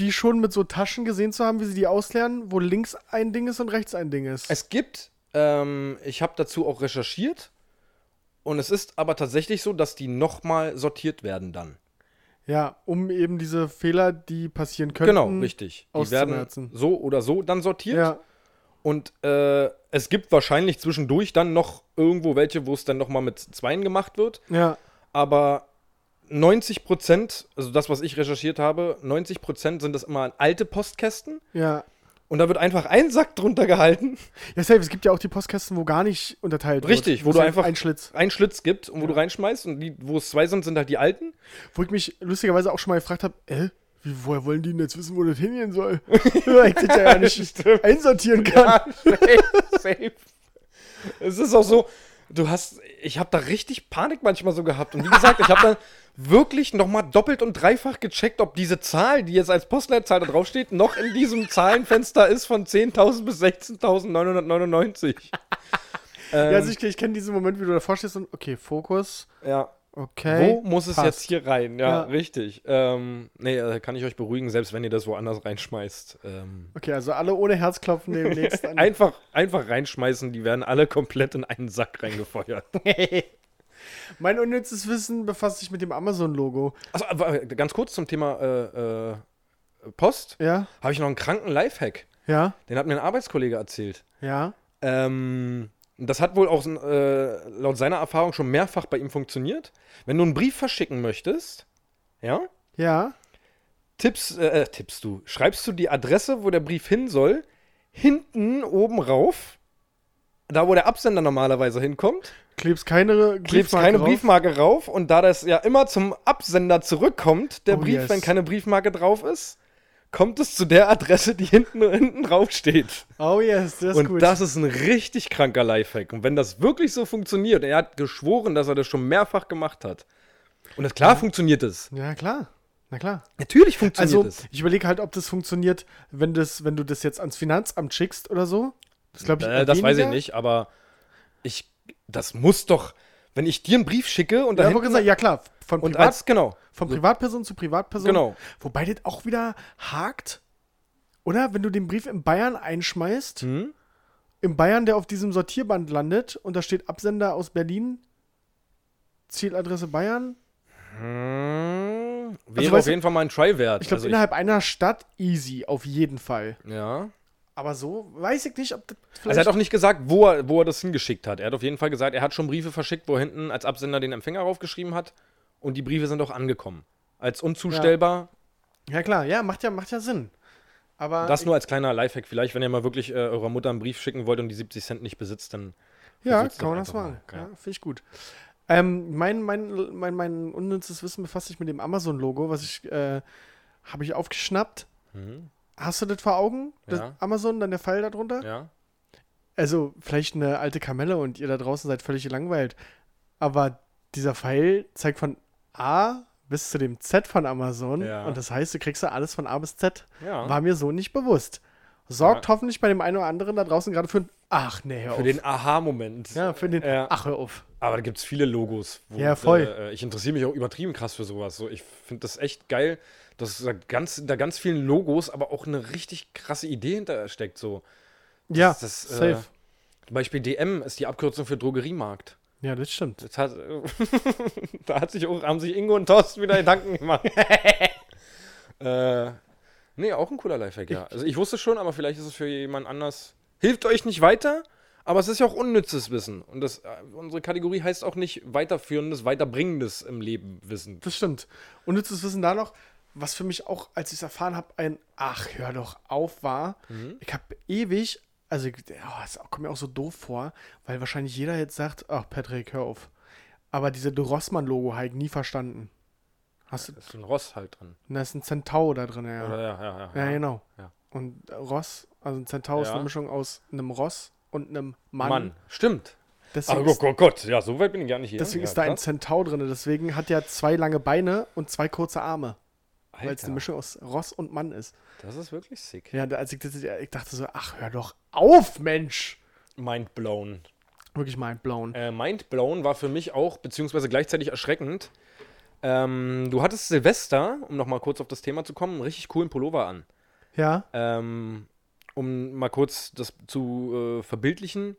Speaker 2: die schon mit so Taschen gesehen zu haben, wie sie die auslernen, wo links ein Ding ist und rechts ein Ding ist.
Speaker 3: Es gibt, ähm, ich habe dazu auch recherchiert und es ist aber tatsächlich so, dass die nochmal sortiert werden dann.
Speaker 2: ja, um eben diese Fehler, die passieren könnten.
Speaker 3: Genau, richtig. Die werden
Speaker 2: auszumerzen.
Speaker 3: so oder so dann sortiert.
Speaker 2: Ja,
Speaker 3: Und äh, es gibt wahrscheinlich zwischendurch dann noch irgendwo welche, wo es dann nochmal mit Zweien gemacht wird.
Speaker 2: ja,
Speaker 3: aber 90 Prozent, also das, was ich recherchiert habe, 90 Prozent sind das immer alte Postkästen.
Speaker 2: ja.
Speaker 3: Und da wird einfach ein Sack drunter gehalten, <laughs>
Speaker 2: Ja, safe, es gibt ja auch die Postkästen, wo gar nicht unterteilt wird.
Speaker 3: Richtig, wo
Speaker 2: Es
Speaker 3: du
Speaker 2: halt
Speaker 3: einfach-
Speaker 2: Ein Schlitz.
Speaker 3: ein Schlitz gibt und wo du reinschmeißt. Und die, wo es zwei sind, sind halt die alten.
Speaker 2: Wo ich mich lustigerweise auch schon mal gefragt habe, äh, wie, woher wollen die denn jetzt wissen, wo das hingehen
Speaker 3: <laughs>
Speaker 2: soll? Weil ich das ja nicht einsortieren kann.
Speaker 3: safe, safe. Es ist auch so, du hast, ich habe da richtig Panik manchmal so gehabt. Und wie gesagt, ich habe dann wirklich nochmal doppelt und dreifach gecheckt, ob diese Zahl, die jetzt als Postleitzahl da draufsteht, noch in diesem Zahlenfenster ist von 10.000 bis 16.999. Ähm,
Speaker 2: Ja, also ich, ich kenne diesen Moment, wie du davor stehst und, okay, Fokus,
Speaker 3: ja.
Speaker 2: okay.
Speaker 3: Wo muss es
Speaker 2: passt.
Speaker 3: jetzt hier rein? Ja,
Speaker 2: Ja.
Speaker 3: richtig. Ähm, nee, äh, kann ich euch beruhigen, selbst wenn ihr das woanders reinschmeißt. Ähm,
Speaker 2: Okay, also alle ohne Herzklopfen
Speaker 3: <laughs>
Speaker 2: demnächst an.
Speaker 3: einfach, einfach reinschmeißen, die werden alle komplett in einen Sack reingefeuert.
Speaker 2: Mein unnützes Wissen befasst sich mit dem Amazon-Logo.
Speaker 3: Also, aber ganz kurz zum Thema äh, äh, Post.
Speaker 2: Ja,
Speaker 3: Habe ich noch einen kranken Lifehack.
Speaker 2: ja,
Speaker 3: Den hat mir ein Arbeitskollege erzählt.
Speaker 2: ja.
Speaker 3: Ähm, das hat wohl auch äh, laut seiner Erfahrung schon mehrfach bei ihm funktioniert. Wenn du einen Brief verschicken möchtest, ja,
Speaker 2: Ja,
Speaker 3: tippst, äh, äh, tippst du, schreibst du die Adresse, wo der Brief hin soll, hinten oben rauf, da wo der Absender normalerweise hinkommt,
Speaker 2: klebst keine
Speaker 3: klebst keine Briefmarke rauf und da das ja immer zum Absender zurückkommt, der
Speaker 2: Oh,
Speaker 3: Brief,
Speaker 2: yes.
Speaker 3: wenn keine Briefmarke drauf ist, kommt es zu der Adresse, die hinten, hinten drauf steht.
Speaker 2: Oh yes, das ist
Speaker 3: und
Speaker 2: gut.
Speaker 3: das ist ein richtig kranker Lifehack. Und wenn das wirklich so funktioniert, er hat geschworen, dass er das schon mehrfach gemacht hat. Und das, klar funktioniert es.
Speaker 2: ja, klar. Na klar.
Speaker 3: Natürlich funktioniert
Speaker 2: Also,
Speaker 3: es.
Speaker 2: ich überlege halt, ob das funktioniert, wenn, das, wenn du das jetzt ans Finanzamt schickst oder so. Das glaube ich.
Speaker 3: Äh,
Speaker 2: eher
Speaker 3: das weiß ich
Speaker 2: weniger.
Speaker 3: nicht, aber ich, das muss doch, wenn ich dir einen Brief schicke und
Speaker 2: Ja,
Speaker 3: dann
Speaker 2: aber gesagt, ja klar, von,
Speaker 3: und
Speaker 2: Privat,
Speaker 3: als genau,
Speaker 2: von Privatperson zu Privatperson.
Speaker 3: Genau.
Speaker 2: Wobei das auch wieder hakt. Oder wenn du den Brief in Bayern einschmeißt,
Speaker 3: Hm?
Speaker 2: im Bayern, der auf diesem Sortierband landet und da steht Absender aus Berlin, Zieladresse Bayern.
Speaker 3: Hm, wäre auf
Speaker 2: also, weißt du-
Speaker 3: jeden Fall mal ein Try wert.
Speaker 2: Ich glaube,
Speaker 3: Also
Speaker 2: innerhalb einer Stadt easy, auf jeden Fall.
Speaker 3: ja.
Speaker 2: Aber so weiß ich nicht, ob das
Speaker 3: Also er
Speaker 2: vielleicht.
Speaker 3: hat auch nicht gesagt, wo er, wo er das hingeschickt hat. Er hat auf jeden Fall gesagt, er hat schon Briefe verschickt, wo hinten als Absender den Empfänger raufgeschrieben hat und die Briefe sind auch angekommen. Als unzustellbar,
Speaker 2: ja, klar, ja, macht ja, macht ja Sinn. Aber
Speaker 3: das nur als kleiner Lifehack vielleicht, wenn ihr mal wirklich äh, eurer Mutter einen Brief schicken wollt und die 70 Cent nicht besitzt, dann
Speaker 2: Ja,
Speaker 3: Versuch's
Speaker 2: kann man
Speaker 3: doch
Speaker 2: das
Speaker 3: einfach
Speaker 2: machen.
Speaker 3: mal.
Speaker 2: Ja,
Speaker 3: Ja.
Speaker 2: Finde ich gut. Ähm, mein, mein, mein, mein unnützes Wissen befasst sich mit dem Amazon-Logo, was ich, äh, habe ich aufgeschnappt. Hast du das vor Augen? Das
Speaker 3: Mhm. Ja.
Speaker 2: Amazon, dann der Pfeil darunter?
Speaker 3: ja.
Speaker 2: Also, vielleicht eine alte Kamelle und ihr da draußen seid völlig gelangweilt. Aber dieser Pfeil zeigt von A bis zu dem Z von Amazon.
Speaker 3: Ja.
Speaker 2: Und das heißt, du kriegst ja alles von A bis Z.
Speaker 3: Ja.
Speaker 2: War mir so nicht bewusst. Sorgt hoffentlich bei dem einen oder anderen da draußen gerade für ein Ach, nee, hör
Speaker 3: Für
Speaker 2: auf.
Speaker 3: den Aha-Moment.
Speaker 2: ja, für den
Speaker 3: Ja.
Speaker 2: Ach, hör auf.
Speaker 3: Aber da gibt es viele Logos. Wo,
Speaker 2: Ja, voll.
Speaker 3: Äh, ich interessiere mich auch übertrieben krass für sowas. So, ich finde das echt geil, dass da ganz, da ganz vielen Logos aber auch eine richtig krasse Idee hintersteckt. So.
Speaker 2: Ja,
Speaker 3: Das- das, äh,
Speaker 2: safe.
Speaker 3: Zum Beispiel DM ist die Abkürzung für Drogeriemarkt.
Speaker 2: ja, das stimmt.
Speaker 3: Das hat, <laughs> da hat sich auch, haben sich Ingo und Thorsten wieder Gedanken gemacht. <laughs> äh, nee, auch ein cooler Lifehack, ja. Also ich wusste schon, aber vielleicht ist es für jemand anders. Hilft euch nicht weiter, aber es ist ja auch unnützes Wissen. Und das, äh, unsere Kategorie heißt auch nicht weiterführendes, weiterbringendes im Leben Wissen.
Speaker 2: Das stimmt. Unnützes Wissen da noch, was für mich auch, als ich es erfahren habe, ein Ach, hör doch auf war.
Speaker 3: Mhm.
Speaker 2: Ich habe ewig, also ich- oh, das kommt mir auch so doof vor, weil wahrscheinlich jeder jetzt sagt, ach Patrick, hör auf. Aber diese Rossmann-Logo habe ich nie verstanden. Hast du,
Speaker 3: Da ist ein Ross halt dran.
Speaker 2: da ist ein Centaur da drin, ja.
Speaker 3: Oder, ja, ja, ja.
Speaker 2: ja, genau.
Speaker 3: Ja.
Speaker 2: Und Ross, also ein Centaur ist
Speaker 3: Ja.
Speaker 2: eine Mischung aus einem Ross und einem Mann.
Speaker 3: Mann, Also stimmt. Ah,
Speaker 2: Deswegen
Speaker 3: Ach
Speaker 2: ist
Speaker 3: Gott, Gott, Gott, ja, so weit bin ich gar nicht hier.
Speaker 2: Deswegen
Speaker 3: ja,
Speaker 2: ist da ein
Speaker 3: krass.
Speaker 2: Centaur drin. Deswegen hat er zwei lange Beine und zwei kurze Arme, weil es eine
Speaker 3: Alter,
Speaker 2: Mischung aus Ross und Mann ist.
Speaker 3: das ist wirklich sick.
Speaker 2: Ja, da- als ich, das, ich dachte so, ach, hör doch auf, Mensch!
Speaker 3: Mind blown.
Speaker 2: Wirklich mindblown.
Speaker 3: äh, mindblown war für mich auch, beziehungsweise gleichzeitig erschreckend. Ähm, du hattest Silvester, um nochmal kurz auf das Thema zu kommen, einen richtig coolen Pullover an.
Speaker 2: Ja,
Speaker 3: Ähm, um mal kurz das zu äh, verbildlichen.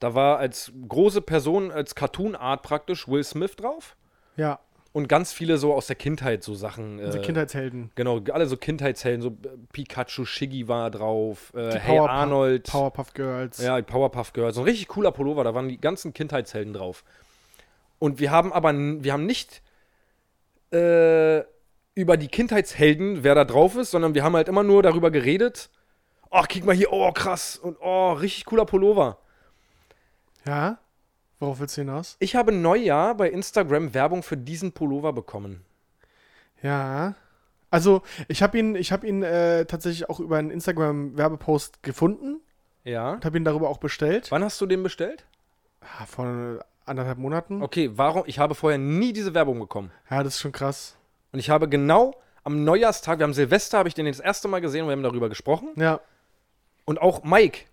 Speaker 3: Da war als große Person, als Cartoon-Art praktisch Will Smith drauf
Speaker 2: ja,
Speaker 3: und ganz viele so aus der Kindheit so Sachen. Äh,
Speaker 2: unsere Kindheitshelden.
Speaker 3: Genau, alle so Kindheitshelden, so äh, Pikachu, Shiggy war drauf, äh,
Speaker 2: Die
Speaker 3: Hey
Speaker 2: Powerpu-
Speaker 3: Arnold.
Speaker 2: Powerpuff Girls.
Speaker 3: Ja, die Powerpuff Girls. So ein richtig cooler Pullover, da waren die ganzen Kindheitshelden drauf. Und wir haben aber, n- wir haben nicht äh, über die Kindheitshelden, wer da drauf ist, sondern wir haben halt immer nur darüber geredet. Ach, guck mal hier, oh krass und oh, richtig cooler Pullover.
Speaker 2: ja? Worauf willst du hinaus?
Speaker 3: Ich habe Neujahr bei Instagram Werbung für diesen Pullover bekommen.
Speaker 2: Ja. Also, ich habe ihn, ich hab ihn äh, tatsächlich auch über einen Instagram-Werbepost gefunden
Speaker 3: Ja.
Speaker 2: und habe ihn darüber auch bestellt.
Speaker 3: Wann hast du den bestellt?
Speaker 2: Ah, Vor anderthalb Monaten.
Speaker 3: Okay, warum? Ich habe vorher nie diese Werbung bekommen.
Speaker 2: Ja, das ist schon krass.
Speaker 3: Und ich habe genau am Neujahrstag, wir haben Silvester, habe ich den das erste Mal gesehen und wir haben darüber gesprochen.
Speaker 2: Ja,
Speaker 3: Und auch Mike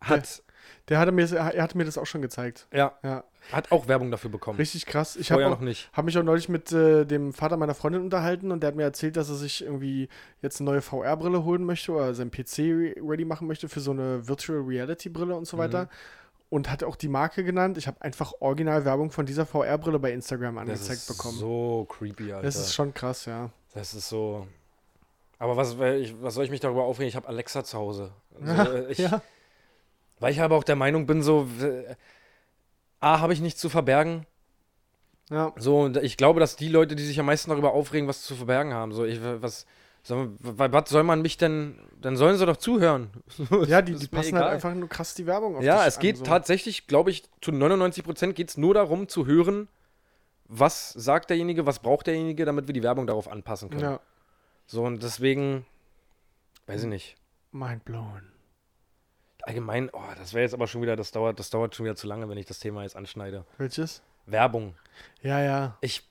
Speaker 3: hat,
Speaker 2: der hatte mir, er hatte mir das auch schon gezeigt.
Speaker 3: ja,
Speaker 2: Ja,
Speaker 3: hat auch Werbung dafür bekommen.
Speaker 2: Richtig krass. Ich habe
Speaker 3: Hm. Vorher
Speaker 2: auch,
Speaker 3: noch nicht.
Speaker 2: hab mich auch neulich mit äh, dem Vater meiner Freundin unterhalten und der hat mir erzählt, dass er sich irgendwie jetzt eine neue
Speaker 3: Mhm.
Speaker 2: VR-Brille holen möchte oder seinen PC re- ready machen möchte für so eine Virtual Reality-Brille und so weiter. und hat auch die Marke genannt. Ich habe einfach Originalwerbung von dieser VR-Brille bei Instagram
Speaker 3: Das
Speaker 2: angezeigt
Speaker 3: ist
Speaker 2: bekommen.
Speaker 3: so creepy, Alter.
Speaker 2: das ist schon krass, ja.
Speaker 3: Das ist so. Aber was, weil ich, was soll ich mich darüber aufregen? Ich habe Alexa zu Hause. Also, äh,
Speaker 2: <laughs>
Speaker 3: ich,
Speaker 2: ja.
Speaker 3: Weil ich aber auch der Meinung bin, so. äh, A, habe ich nichts zu verbergen.
Speaker 2: ja.
Speaker 3: So, und ich glaube, dass die Leute, die sich am meisten darüber aufregen, was zu verbergen haben. So, ich, was. Soll, wa- was soll man mich denn. Dann sollen sie doch zuhören. <laughs>
Speaker 2: Ja, die, die
Speaker 3: Ist mir
Speaker 2: passen halt
Speaker 3: egal.
Speaker 2: einfach nur krass die Werbung auf
Speaker 3: Ja,
Speaker 2: dich
Speaker 3: es geht halt-
Speaker 2: an, so.
Speaker 3: tatsächlich, glaube ich, zu 99 Prozent geht es nur darum, zu hören, was sagt derjenige, was braucht derjenige, damit wir die Werbung darauf anpassen können.
Speaker 2: Ja,
Speaker 3: So, und deswegen, weiß ich nicht.
Speaker 2: mind blown.
Speaker 3: Allgemein, oh, das wäre jetzt aber schon wieder, das dauert, das dauert schon wieder zu lange, wenn ich das Thema jetzt anschneide.
Speaker 2: Welches?
Speaker 3: Werbung.
Speaker 2: Ja, ja.
Speaker 3: Ich,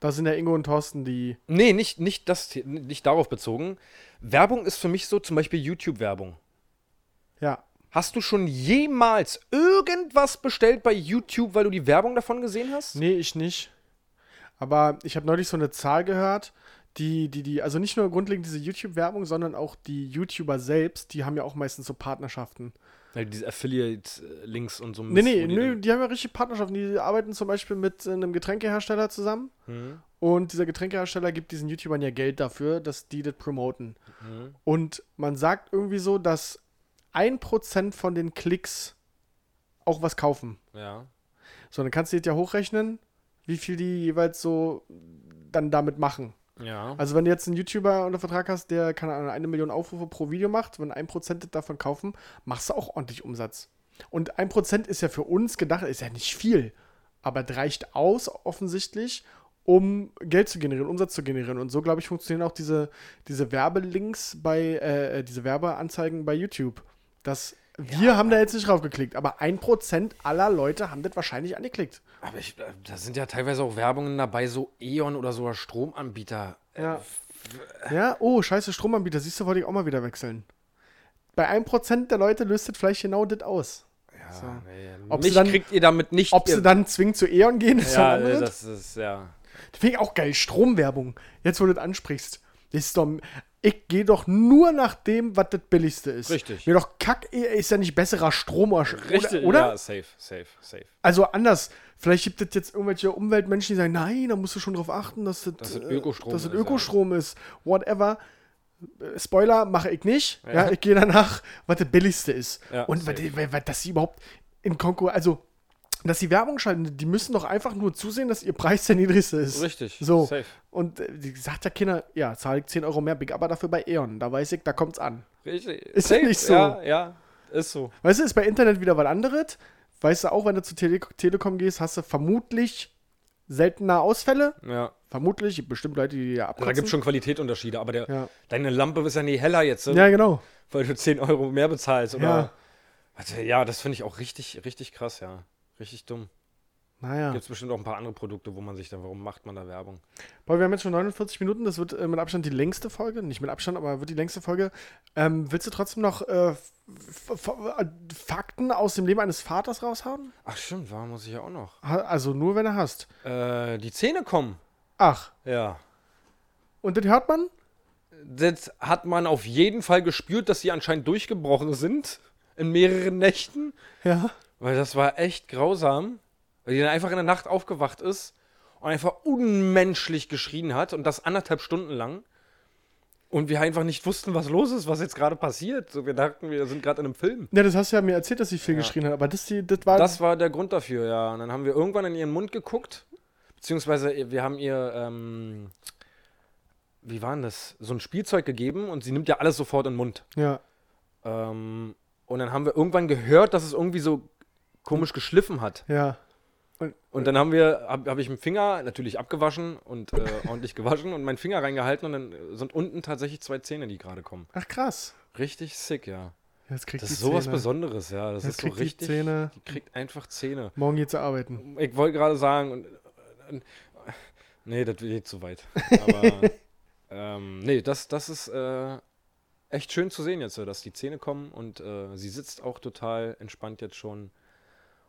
Speaker 2: Da sind ja Ingo und Thorsten, die.
Speaker 3: nee, nicht, nicht das, The- nicht darauf bezogen. Werbung ist für mich so zum Beispiel YouTube-Werbung.
Speaker 2: Ja.
Speaker 3: Hast du schon jemals irgendwas bestellt bei YouTube, weil du die Werbung davon gesehen hast?
Speaker 2: Nee, ich nicht. Aber ich habe neulich so eine Zahl gehört, die, die, die, also nicht nur grundlegend diese YouTube-Werbung, sondern auch die YouTuber selbst, die haben ja auch meistens so Partnerschaften.
Speaker 3: Ja, diese Affiliate-Links und so.
Speaker 2: Nee, nee, nö, die haben ja richtig Partnerschaften. Die arbeiten zum Beispiel mit äh, einem Getränkehersteller zusammen.
Speaker 3: Mhm.
Speaker 2: Und dieser Getränkehersteller gibt diesen YouTubern ja Geld dafür, dass die das promoten. Mhm. Und man sagt irgendwie so, dass 1% von den Klicks auch was kaufen.
Speaker 3: Ja.
Speaker 2: So, dann kannst du das ja hochrechnen, wie viel die jeweils so dann damit machen.
Speaker 3: Ja.
Speaker 2: Also wenn du jetzt einen YouTuber unter Vertrag hast, der, keine Ahnung, eine Million Aufrufe pro Video macht, wenn ein Prozent davon kaufen, machst du auch ordentlich Umsatz. Und ein Prozent ist ja für uns gedacht, ist ja nicht viel, aber das reicht aus offensichtlich, um Geld zu generieren, Umsatz zu generieren. Und so, glaube ich, funktionieren auch diese, diese Werbelinks bei, äh, diese Werbeanzeigen bei YouTube. Das, wir haben da jetzt nicht drauf geklickt, aber ein Prozent aller Leute haben das wahrscheinlich angeklickt.
Speaker 3: Aber ich, äh, da sind ja teilweise auch Werbungen dabei, so E.ON oder so Stromanbieter. Äh,
Speaker 2: Ja. Ja, oh, scheiße Stromanbieter, siehst du, wollte ich auch mal wieder wechseln. Bei 1% der Leute löst das vielleicht genau das aus.
Speaker 3: Ja,
Speaker 2: So.
Speaker 3: nee,
Speaker 2: Ob
Speaker 3: mich
Speaker 2: sie dann-
Speaker 3: kriegt ihr damit nicht.
Speaker 2: Ob
Speaker 3: ihr,
Speaker 2: sie dann zwingend zu E.ON gehen, ist
Speaker 3: ja,
Speaker 2: ein anderes.
Speaker 3: das ist ja.
Speaker 2: Das finde ich auch geil, Stromwerbung. Jetzt, wo du das ansprichst. Das Ist doch, ich gehe doch nur nach dem, was das billigste ist.
Speaker 3: Richtig.
Speaker 2: Mir doch kack, ist ja nicht besserer Strom oder,
Speaker 3: Richtig,
Speaker 2: oder?
Speaker 3: ja, safe, safe, safe.
Speaker 2: Also anders. Vielleicht gibt es jetzt irgendwelche Umweltmenschen, die sagen, nein, da musst du schon drauf achten, dass das,
Speaker 3: Dass das
Speaker 2: äh,
Speaker 3: Ökostrom
Speaker 2: dass das
Speaker 3: ist, ja.
Speaker 2: Ökostrom ist. Whatever. Äh, Spoiler mache ich nicht. Ja. ich gehe danach, was das billigste ist.
Speaker 3: Ja,
Speaker 2: Und was,
Speaker 3: safe.
Speaker 2: was, was, dass sie überhaupt in Konkurrenz, also dass sie Werbung schalten, die müssen doch einfach nur zusehen, dass ihr Preis der niedrigste ist.
Speaker 3: Richtig,
Speaker 2: So.
Speaker 3: safe.
Speaker 2: Und äh, die sagt ja Kinder, ja, zahle ich 10 Euro mehr, big aber dafür bei E.ON. Da weiß ich, da kommt's an.
Speaker 3: Richtig.
Speaker 2: Ist ja nicht so.
Speaker 3: Ja, ja, ist so.
Speaker 2: Weißt du, ist bei Internet wieder was anderes. Weißt du auch, wenn du zu Tele Telekom gehst, hast du vermutlich seltener Ausfälle.
Speaker 3: Ja.
Speaker 2: Vermutlich, gibt bestimmt Leute, die ja
Speaker 3: Also, da gibt es
Speaker 2: abkotzen.
Speaker 3: schon Qualitätsunterschiede, aber der,
Speaker 2: Ja.
Speaker 3: deine Lampe ist ja nie heller jetzt, ne?
Speaker 2: Ja, genau.
Speaker 3: weil du 10 Euro mehr bezahlst. Oder,
Speaker 2: Ja.
Speaker 3: ja. Also, ja, das finde ich auch richtig, richtig krass, ja. Richtig dumm.
Speaker 2: Naja.
Speaker 3: Gibt es bestimmt auch ein paar andere Produkte, wo man sich dann, warum macht man da Werbung?
Speaker 2: Boah, wir haben jetzt schon 49 Minuten. Das wird äh, mit Abstand die längste Folge. Nicht mit Abstand, aber wird die längste Folge. Ähm, willst du trotzdem noch äh, F- F- äh, Fakten aus dem Leben eines Vaters raushaben?
Speaker 3: Ach stimmt, warum muss ich ja auch noch?
Speaker 2: Ha also nur, wenn er hast.
Speaker 3: Äh, die Zähne kommen.
Speaker 2: Ach,
Speaker 3: Ja.
Speaker 2: und das hört man?
Speaker 3: Das hat man auf jeden Fall gespürt, dass sie anscheinend durchgebrochen sind in mehreren Nächten,
Speaker 2: Ja.
Speaker 3: weil das war echt grausam, weil die dann einfach in der Nacht aufgewacht ist und einfach unmenschlich geschrien hat und das anderthalb Stunden lang. Und wir einfach nicht wussten, was los ist, was jetzt gerade passiert. So, wir dachten, wir sind gerade in einem Film.
Speaker 2: Ja, das hast du ja mir erzählt, dass sie viel geschrien hat, aber das, die, das war.
Speaker 3: Das war der Grund dafür, ja. Und dann haben wir irgendwann in ihren Mund geguckt, beziehungsweise wir haben ihr, ähm, wie war denn das? So ein Spielzeug gegeben und sie nimmt ja alles sofort in den Mund.
Speaker 2: ja.
Speaker 3: Ähm, und dann haben wir irgendwann gehört, dass es irgendwie so komisch geschliffen hat.
Speaker 2: Ja.
Speaker 3: Und dann haben wir, habe hab ich mit dem Finger natürlich abgewaschen und äh, <laughs> ordentlich gewaschen und meinen Finger reingehalten und dann sind unten tatsächlich zwei Zähne, die gerade kommen.
Speaker 2: Ach, krass.
Speaker 3: Richtig sick, ja.
Speaker 2: Jetzt kriegt
Speaker 3: Das
Speaker 2: die
Speaker 3: ist sowas
Speaker 2: Zähne.
Speaker 3: Besonderes, ja. Das
Speaker 2: Jetzt
Speaker 3: ist so
Speaker 2: kriegt die
Speaker 3: richtig.
Speaker 2: Zähne.
Speaker 3: Die kriegt einfach Zähne.
Speaker 2: Morgen geht's ja arbeiten.
Speaker 3: Ich wollte gerade sagen, und, und, nee, das geht zu weit. Aber ähm, nee, das, das ist äh, echt schön zu sehen jetzt, so, dass die Zähne kommen und äh, sie sitzt auch total entspannt jetzt schon.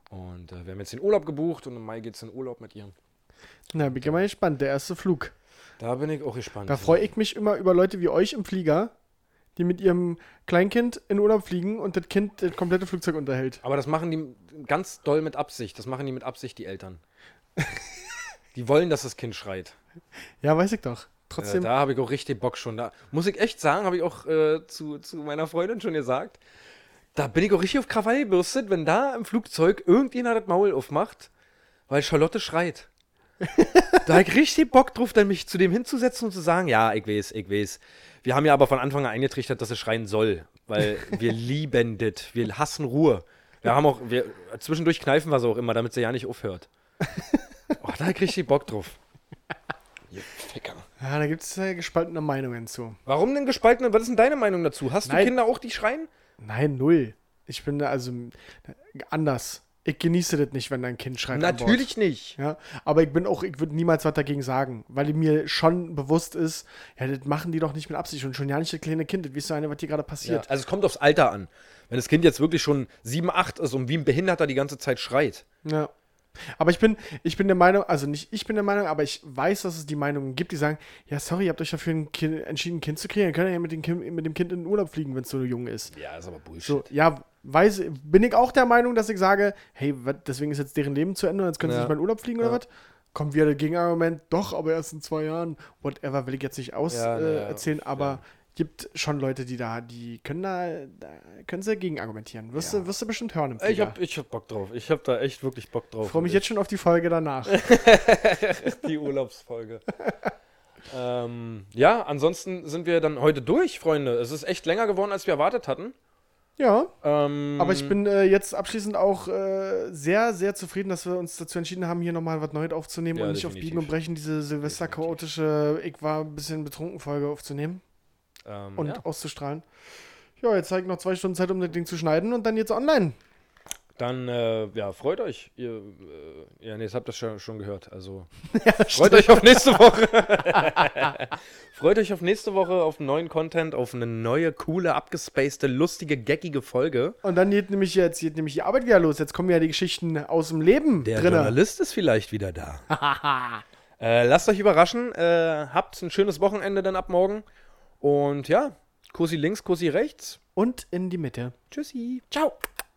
Speaker 3: Und äh, wir haben jetzt den Urlaub gebucht und im Mai geht es in Urlaub mit ihr.
Speaker 2: Na, bin ich mal gespannt. Der erste Flug.
Speaker 3: Da bin ich auch gespannt.
Speaker 2: Da freue ich mich immer über Leute wie euch im Flieger, die mit ihrem Kleinkind in Urlaub fliegen und das Kind das komplette Flugzeug unterhält.
Speaker 3: Aber das machen die ganz doll mit Absicht. Das machen die mit Absicht, die Eltern. die wollen, dass das Kind schreit.
Speaker 2: Ja, weiß ich doch.
Speaker 3: Ja,
Speaker 2: Trotzdem,
Speaker 3: da habe ich auch richtig Bock schon. Da muss ich echt sagen, habe ich auch äh, zu, zu meiner Freundin schon gesagt. Da bin ich auch richtig auf Krawall gebürstet, wenn da im Flugzeug irgendjemand das Maul aufmacht, weil Charlotte schreit. da habe ich richtig Bock drauf, dann mich zu dem hinzusetzen und zu sagen, ja, ich weiß, ich weiß. Wir haben ja aber von Anfang an eingetrichtert, dass es schreien soll, weil wir lieben das. Wir hassen Ruhe. Wir haben auch, wir, zwischendurch kneifen wir sie auch immer, damit sie ja nicht aufhört. Oh, da habe ich richtig Bock drauf. Ihr Ficker.
Speaker 2: ja, da gibt es ja gespaltene Meinungen zu.
Speaker 3: Warum denn gespalten? Was ist denn deine Meinung dazu? Hast du
Speaker 2: Nein.
Speaker 3: Kinder auch, die schreien?
Speaker 2: Nein, null. Ich bin da also äh, anders. Ich genieße das nicht, wenn dein Kind schreit. an Bord.
Speaker 3: Natürlich nicht.
Speaker 2: Ja, aber ich bin auch, ich würde niemals was dagegen sagen, weil mir schon bewusst ist, ja, das machen die doch nicht mit Absicht und schon ja nicht das kleine Kind, das weißt du eine, was hier gerade
Speaker 3: Ja.
Speaker 2: passiert.
Speaker 3: Also es kommt aufs Alter an. Wenn das Kind jetzt wirklich schon 7, 8 ist und wie ein Behinderter die ganze Zeit schreit.
Speaker 2: Ja. Aber ich bin, ich bin der Meinung, also nicht ich bin der Meinung, aber ich weiß, dass es die Meinungen gibt, die sagen, ja, sorry, ihr habt euch dafür ein kind, entschieden, ein Kind zu kriegen, dann könnt ihr ja mit dem, kind, mit dem Kind in den Urlaub fliegen, wenn es so jung ist.
Speaker 3: Ja, ist aber Bullshit.
Speaker 2: So, ja, weiß, bin ich auch der Meinung, dass ich sage, hey, wat, deswegen ist jetzt deren Leben zu Ende und jetzt können
Speaker 3: Ja.
Speaker 2: sie nicht mal in den Urlaub fliegen oder
Speaker 3: Ja.
Speaker 2: was? Kommt wieder das Gegenargument, doch, aber erst in zwei Jahren. Whatever, will ich jetzt nicht aus
Speaker 3: Ja,
Speaker 2: äh,
Speaker 3: ja,
Speaker 2: erzählen, aber gibt schon Leute, die da, die können da, da können sie gegen argumentieren. Wirst, du, wirst du bestimmt hören im
Speaker 3: Ich
Speaker 2: Flieger.
Speaker 3: hab, ich hab Bock drauf. Ich hab da echt wirklich Bock drauf.
Speaker 2: freue mich jetzt schon auf die Folge
Speaker 3: <laughs>
Speaker 2: danach.
Speaker 3: die Urlaubsfolge. <laughs> ähm, ja, ansonsten sind wir dann heute durch, Freunde. Es ist echt länger geworden, als wir erwartet hatten.
Speaker 2: ja,
Speaker 3: Ähm,
Speaker 2: aber ich bin äh, jetzt abschließend auch äh, sehr, sehr zufrieden, dass wir uns dazu entschieden haben, hier nochmal was Neues aufzunehmen
Speaker 3: Ja,
Speaker 2: und nicht auf
Speaker 3: definitiv.
Speaker 2: Biegen und Brechen diese Silvester-chaotische, ich war ein bisschen betrunken Folge aufzunehmen.
Speaker 3: ähm,
Speaker 2: und
Speaker 3: ja.
Speaker 2: auszustrahlen. Ja, jetzt habe ich noch zwei Stunden Zeit, um das Ding zu schneiden und dann jetzt online.
Speaker 3: Dann, äh, ja, freut euch. Ihr, äh, ja, nee, das habt ihr schon, schon gehört. <laughs> Also, freut
Speaker 2: stimmt.
Speaker 3: euch auf nächste Woche. <laughs> freut euch auf nächste Woche, auf neuen Content, auf eine neue, coole, abgespacede, lustige, geckige Folge.
Speaker 2: Und dann geht nämlich jetzt geht nämlich die Arbeit wieder los. Jetzt kommen ja die Geschichten aus dem Leben
Speaker 3: Der
Speaker 2: drin.
Speaker 3: Journalist ist vielleicht wieder da. äh, lasst euch überraschen. Äh, habt ein schönes Wochenende dann ab morgen. Und ja, Kussi links, Kussi rechts.
Speaker 2: Und in die Mitte.
Speaker 3: Tschüssi.
Speaker 2: Ciao.